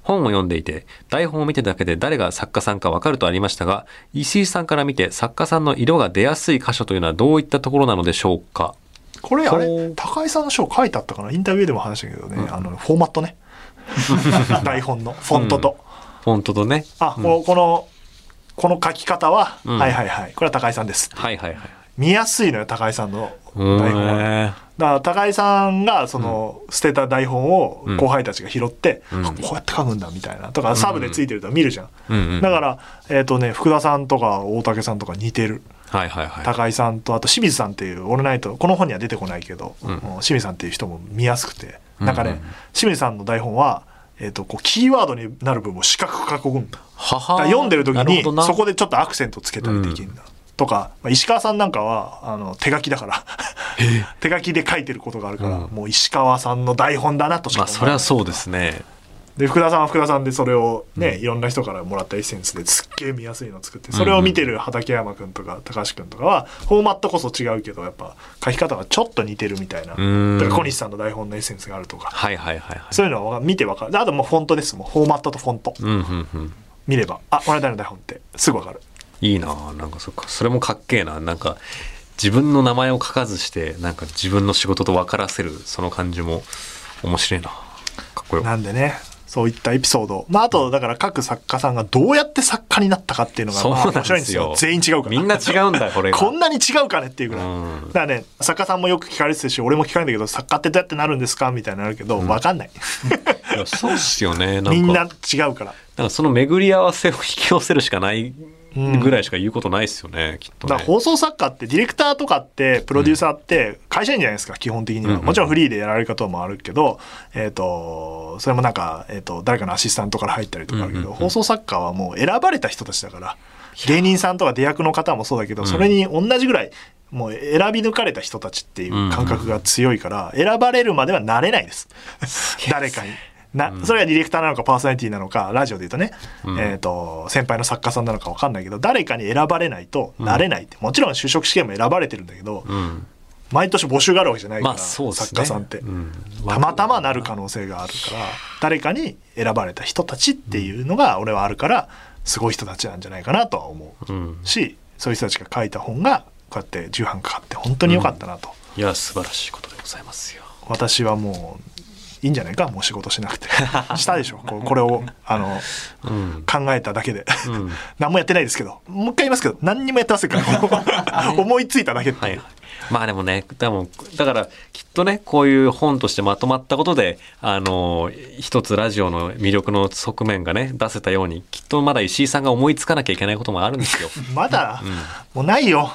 B: 本を読んでいて、台本を見てただけで誰が作家さんかわかるとありましたが、石井さんから見て作家さんの色が出やすい箇所というのはどういったところなのでしょうか
A: これあ
B: ほ
A: れ
B: う
A: 高井さんの書書いてあったかなインタビューでも話したけどね、あのフォーマット ね台本のフォントと、
B: 本当とね。
A: あこうこのこの書き方は、
B: うん
A: はいはいはいこれは高井さんです
B: はいはいはい。
A: 見やすいのよ高井さんの台
B: う
A: 本はだか
B: ーん
A: ら高井さんがその、捨てた台本を
B: うん
A: 後輩たちが拾って、
B: うん
A: あこうやって書くんだみたいなとかサブでついてると見るじゃん、
B: うんうん
A: だから、えっとね、福田さんとか大竹さんとか似てる
B: はいはいはい。
A: 高井さんとあと清水さんっていう「オールナイト」この本には出てこないけど、
B: ん
A: 清水さんっていう人も見やすくてなんかね、
B: うんうん
A: 清水さんの台本は、えー、とこうキーワードになる部分を四角く囲むんだだ
B: 母
A: から読んでる時
B: な
A: に
B: ほどな
A: そこでちょっとアクセントつけたりできるんだ、とか、まあ、石川さんなんかはあの手書きだから 手書きで書いてることがあるから、
B: うん
A: もう石川さんの台本だなとし
B: ま
A: か
B: あそれは
A: う
B: そうですね。
A: で福田さんは福田さんでそれをね、いろんな人からもらったエッセンスですっげえ見やすいの作ってそれを見てる畠山君とか高橋君とかはフォーマットこそ違うけどやっぱ書き方がちょっと似てるみたいなだ
B: ん
A: から小西さんの台本のエッセンスがあるとか
B: はいはいはいはい。
A: そういうのは見てわかるあともうフォントですもんフォーマットとフォント
B: うんうんうん。
A: 見ればあ我々の台本ってすぐわかる
B: いいなぁなんかそっか、それもかっけえな。なんか、自分の名前を書かずして、なんか自分の仕事と分からせる、その感じも面白いなかっこよ。
A: なんでねそういったエピソードまああとだから各作家さんがどうやって作家になったかっていうのが
B: そう
A: まあ
B: なん
A: 面白いん
B: で
A: ですすよ
B: よ。
A: 全員違うから
B: みんな違うんだ、これが。
A: こんなに違うかねっていうぐらい。
B: うん
A: だからね、作家さんもよく聞かれてたし、俺も聞かれるんだけど、作家ってどうやってなるんですかみたいになのあるけど、わかんない。
B: いやそうっすよね。なんか
A: みんな違うから。
B: なんかその巡り合わせを引き寄せるしかないぐらいしか言うことないですよね、きっと
A: だから
B: ね。
A: 放送作家って、ディレクターとかって、プロデューサーって、会社員じゃないですか、基本的には。
B: うん
A: もちろんフリーでやられる方もあるけど、えっ、と、それもなんか、えっ、と、誰かのアシスタントから入ったりとかあるけど、
B: うんうんうん
A: 放送作家はもう選ばれた人たちだから、芸人さんとか出役の方もそうだけど、それに同じぐらい、もう選び抜かれた人たちっていう感覚が強いから、選ばれるまではなれないです。誰かに。なそれがディレクターなのかパーソナリティなのかラジオで言うとね、えー、と先輩の作家さんなのか分かんないけど誰かに選ばれないとなれないって、もちろん就職試験も選ばれてるんだけど、
B: うん。
A: 毎年募集があるわけじゃないか
B: ま
A: ら、
B: あそうですね。
A: 作家さんって、
B: うん
A: たまたまなる可能性があるから誰かに選ばれた人たちっていうのが俺はあるからすごい人たちなんじゃないかなとは思う、
B: うん
A: しそういう人たちが書いた本がこうやって重版かかって本当に良かったなと、
B: いや、素晴らしいことでございますよ。
A: 私はもういいんじゃないかもう仕事しな くてしたでしょこうこれをあの
B: うん。
A: 考えただけで、
B: ん
A: 何もやってないですけどもう一回言いますけど何にもやってませんから 思いついただけって
B: はいはい。まあでもね、でもだからきっとね、こういう本としてまとまったことで、あの、一つラジオの魅力の側面がね、出せたように、きっとまだ石井さんが思いつかなきゃいけないこともある んですよ。
A: まだ、もうないよ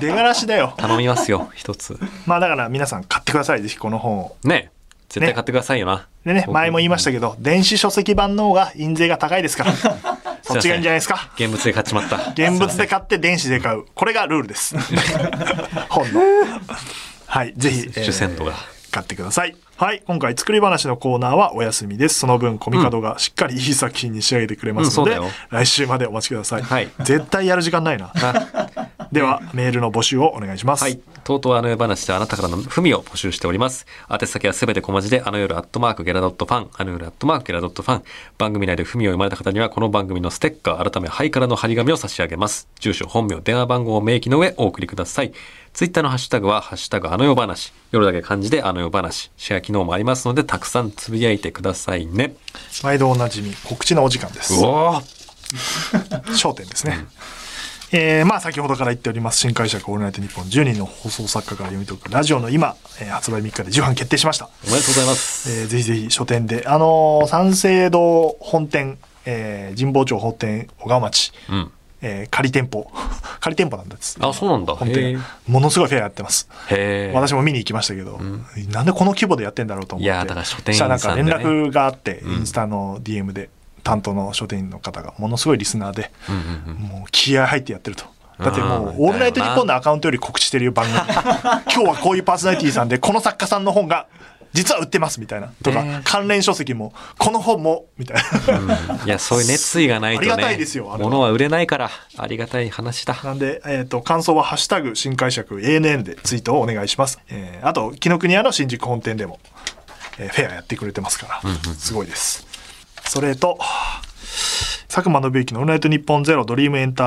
A: 出がらしだよ
B: 頼みますよ、一つ。
A: まあだから皆さん買ってくださいぜひこの本を
B: ね。絶対買ってくださいよな。
A: でね前も言いましたけど電子書籍版の方が印税が高いですから そっちがいいんじゃないですか
B: 現物で買っちまった。
A: 現物で買って電子で買うこれがルールです 本のはいぜひ、えー
B: 主戦度が。
A: 買ってください。はい。今回、作り話のコーナーはお休みです。その分、コミカドがしっかりいい作品に仕上げてくれますので、
B: うんそう
A: 来週までお待ちください。
B: はい
A: 絶対やる時間ないな。では、メールの募集をお願いします。
B: はい。とうとうあの世話ではあなたからの文を募集しております。宛先はすべて小文字で、あの夜アットマークゲラドットファン、あの夜アットマークゲラドットファン。番組内で文を読まれた方には、この番組のステッカー、改め、ハイカラの張り紙を差し上げます。住所、本名、電話番号を明記の上、お送りください。ツイッターのハッシュタグは、ハッシュタグあの夜話。夜だけ漢字であの夜話。シェア機能もありますので、たくさんつぶやいてくださいね。
A: 毎度おなじみ、告知のお時間です。
B: おー
A: 焦点ですね。えーまあ先ほどから言っております新解釈オールナイトニッポン10人の放送作家から読み解くラジオの今、えー発売3日で重版決定しました。
B: おめでとうございます。
A: えーぜひぜひ書店で、あのー三省堂本店、えー神保町本店小川町、
B: うん。
A: えー仮店舗 仮店舗なんです
B: あ、そうなんだ。
A: 本
B: へ
A: 店がものすごいフェアやってます
B: え。へー
A: 私も見に行きましたけど、なんでこの規模でやってんだろうと思って
B: いやーだから書店員
A: したら
B: さんでね
A: なんか連絡があって、インスタの DM で担当の書店員の方がものすごいリスナーで、
B: うんうんうん。
A: もう気合入ってやってると。だっても
B: あー
A: う、オールナイトニッポン
B: だ
A: のアカウントより告知してるよ、番 組。今日はこういうパーソナリティさんで、この作家さんの本が、実は売ってますみたいな。とか、
B: ね
A: 関連書籍も、この本も、みたいな。
B: いや、そういう熱意がないとね。
A: ありがたいですよあれは
B: 物は売れないから、ありがたい話だ。
A: なんで、えっ、と、感想はハッシュタグ、新解釈 ANN でツイートをお願いします。えーあと、紀ノ国屋の新宿本店でも、えーフェアやってくれてますから、すごいです。それと、佐久間信之のオールナイトニッポンゼロドリームエンタ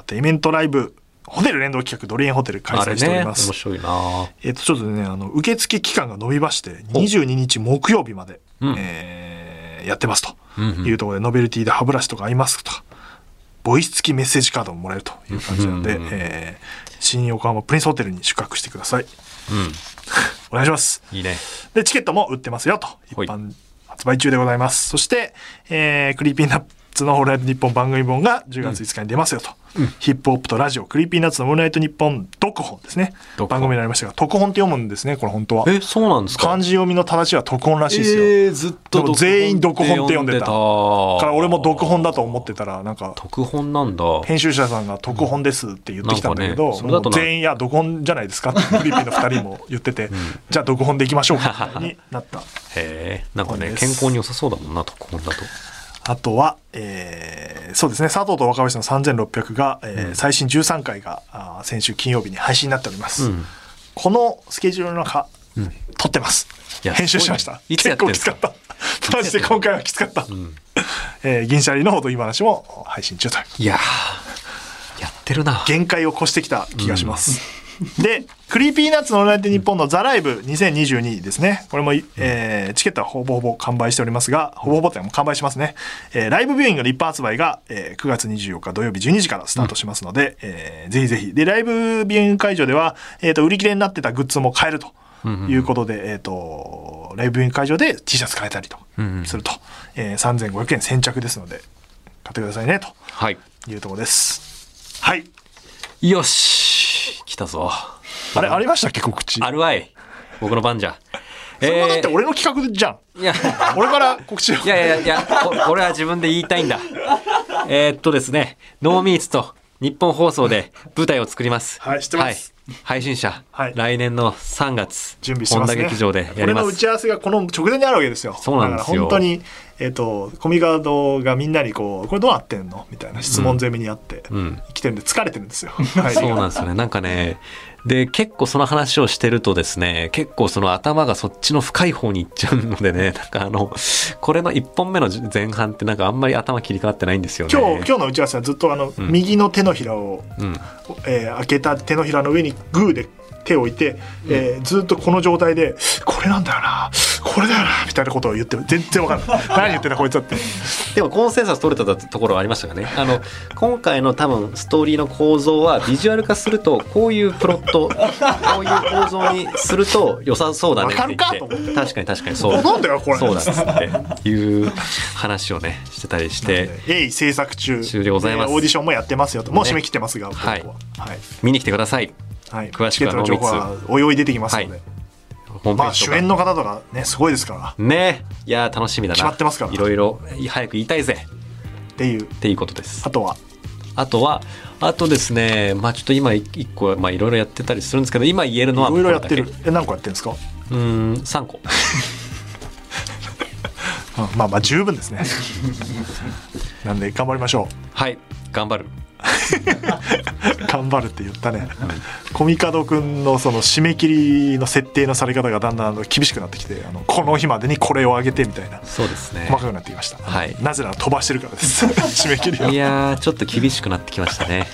A: ーテイメントライブ、ホテル連動企画ドリエンホテル開
B: あれ
A: 催してお
B: ね、
A: り
B: 面
A: ます。
B: 白いな
A: えっと、ちょっとね、あの、受付期間が延びまして、22日木曜日まで、
B: うん
A: えーやってますと、
B: うんうん
A: いうところで、ノベルティで歯ブラシとかアイマスクとか、ボイス付きメッセージカードももらえるという感じなので、
B: うんうんうん
A: えー新横浜プリンスホテルに宿泊してください。 お願いします。
B: うん。いいね。
A: で、チケットも売ってますよと、一
B: はい
A: 般発売中でございます。そして、えークリーピーナッツのオールナイト日本番組本が10月5日に出ますよと。ヒップホップとラジオ、クリーピーナッツのオールナイト日本読本ですね。
B: 読本
A: 番組になりましたが、読本って読むんですね、これ本当は。
B: え、そうなんですか
A: 漢字読みの正しいは読本らしいですよ。
B: えー、ずっと
A: でも全員読本って呼んでた
B: 読んでた
A: から俺も読本だと思ってたら、なんか、
B: 読本なんだ。
A: 編集者さんが読本ですって言ってきたんだけど、
B: なんかねそれだと
A: もう
B: な
A: 全員、いや、読本じゃないですかって、フィリピンの2人も言って て、じゃあ読本でいきましょうか、みたいになった。
B: へえ、なんか
A: そう
B: ね
A: で、す
B: 健康に良さそうだもんな、読本だと。
A: あとは、えーそうですね、佐藤と若林の3600が、えー最新13回があー先週金曜日に配信になっております。
B: うん
A: このスケジュールの中、撮ってます
B: い。や
A: 編集
B: す
A: し
B: ごいね
A: ました。
B: いつやってん
A: 結
B: すか
A: 構きつか った。マジで今回はきつかった。えー銀シャリのおとぎ話も配信中という。
B: いやー、やってるな。
A: 限界を越してきた気がします。で、クリーピーナッツのオールナイトニッポンのザライブ2022ですね。これも、えーチケットはほぼほぼ完売しておりますが、ほぼほぼっていうかもう完売しますね。えーライブビューイングの一般発売が、えー9月24日土曜日12時からスタートしますので、えーぜひぜひ。で、ライブビューイング会場では、えーと、売り切れになってたグッズも買えると。いうことで、えっ、と、ライブビューイング会場で T シャツ買えたりと
B: んうん
A: すると、えー3500円先着ですので、買ってくださいね、と
B: はい。
A: いうところです。はい。
B: よし、来たぞ。
A: あれ、ありましたっけ、告知。
B: あるわい。僕の番じゃ。
A: それもだって
B: え
A: 俺の企画じゃん。
B: ーいや、
A: 俺から告知を。
B: いやいやいや、ここれは自分で言いたいんだ。えーっとですね、ノーミーツと日本放送で舞台を作ります。
A: はい知ってます
B: はい。配信者、
A: はい
B: 来年の3月、
A: 準備してますね。
B: 本田劇場でやり
A: 俺
B: ま
A: の打
B: す。
A: ち合わせがこの直前にあるわけですよ。
B: そうなんですよ
A: だから本当に、えっ、と、コミカードがみんなにこう、これどうなってんのみたいな質問攻めにあって、
B: ん
A: 来てるんで疲れてるん ですよ。は
B: そうなん
A: ん
B: ですよね。なんかね、で、結構その話をしてるとですね、結構その頭がそっちの深い方に行っちゃうのでね、 なんかあの、これの1本目の前半ってなんかあんまり頭切り替わってないんですよね。
A: 今日、今日の打ち合わせはずっとあの、右の手のひらを、
B: うん。
A: えー開けた手のひらの上にグーで手を置いて、えーずっとこの状態で「これなんだよなこれだよな」みたいなことを言ってる全然わかんない何言ってんだこいつだって
B: でもコンセンサス取れたところはありましたよね。あの今回の多分ストーリーの構造はビジュアル化するとこういうプロット、こういう構造にすると良さそうだねって
A: わかるかと
B: 言
A: 思
B: って、確かに確かにそう。
A: なんだよこれ
B: そう だっつっていう話をねしてたりして、
A: 鋭意制作中
B: 中でございま
A: え
B: す
A: ーオーディションもやってますよともう
B: ね
A: 締め切ってますが、僕ははい
B: 見に来てください。
A: はい
B: 詳し
A: チケ
B: く
A: ッ
B: は
A: トの情報はおいおい出てきますので、
B: はいホームペ
A: ま
B: ー
A: あ
B: ジと
A: 主
B: か。
A: 演の方とかねすごいですから
B: ねいやー楽しみだな。
A: 決まってますから
B: いろいろ早く言いたいぜ
A: っていう
B: っていうことです
A: あ。とは
B: あとは、あとですね、まあちょっと今一個、まあいろいろやってたりするんですけど、今言える
A: い
B: のは
A: ろいろやっ
B: こ
A: て
B: れ
A: る
B: だけ。
A: え何個やってるんですか、
B: うーん、3個。
A: うんまあまあ十分ですね なんで頑張りましょ
B: はい、頑張る。
A: う頑張るって言ったね、コミカドくんのその締め切りの設定のされ方がだんだんあの厳しくなってきてあのこの日までにこれをあげてみたいな
B: そうですね
A: 細かくなってきました、
B: はい
A: なぜなら飛ばしてるからです 締め切りを
B: いやー、ちょっと厳しくなってきましたね。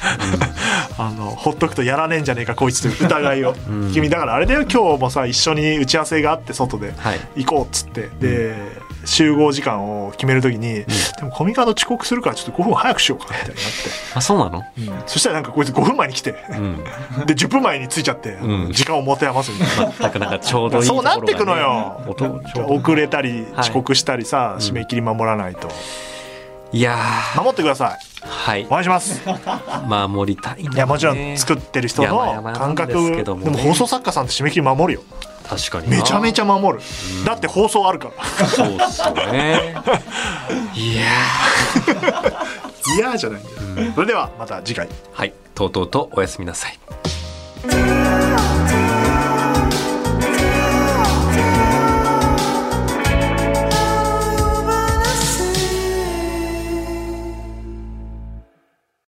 A: あのほっとくとやらねえんじゃねえかこいつという疑いを、君だからあれだよ今日もさ一緒に打ち合わせがあって外で
B: はい
A: 行こうっつって、で集合時間を決めるときに、でもコミカド遅刻するからちょっと5分早くしようかみたいに
B: あ、そうなの
A: なって、そしたらなんかこいつ5分前に来て、
B: ん
A: で10分前に着いちゃって、
B: うん
A: 時間を持て余すみたいな。
B: 全くなんかちょうどいいと
A: そう
B: ころ
A: な
B: が、ね。
A: ってくのよ
B: おとちょうど
A: 遅れたり
B: はい
A: 遅刻したりさ、締め切り守らないと
B: いやー、
A: 守ってください
B: はい
A: お。願いします
B: 守りたいんだ、ね。
A: いやもちろん作ってる人
B: いやまあ
A: の
B: まあ
A: 感覚
B: なんです
A: で
B: けど
A: も
B: も
A: 放送作家さんって締め切り守るよ
B: 確かにな。
A: めちゃめちゃ守るだって放送あるから
B: ゃ。そうっすよね。いや
A: いやーじゃないんだよ、それではまた次回
B: ー。はい、とうとうとおやすみなさい。
C: 「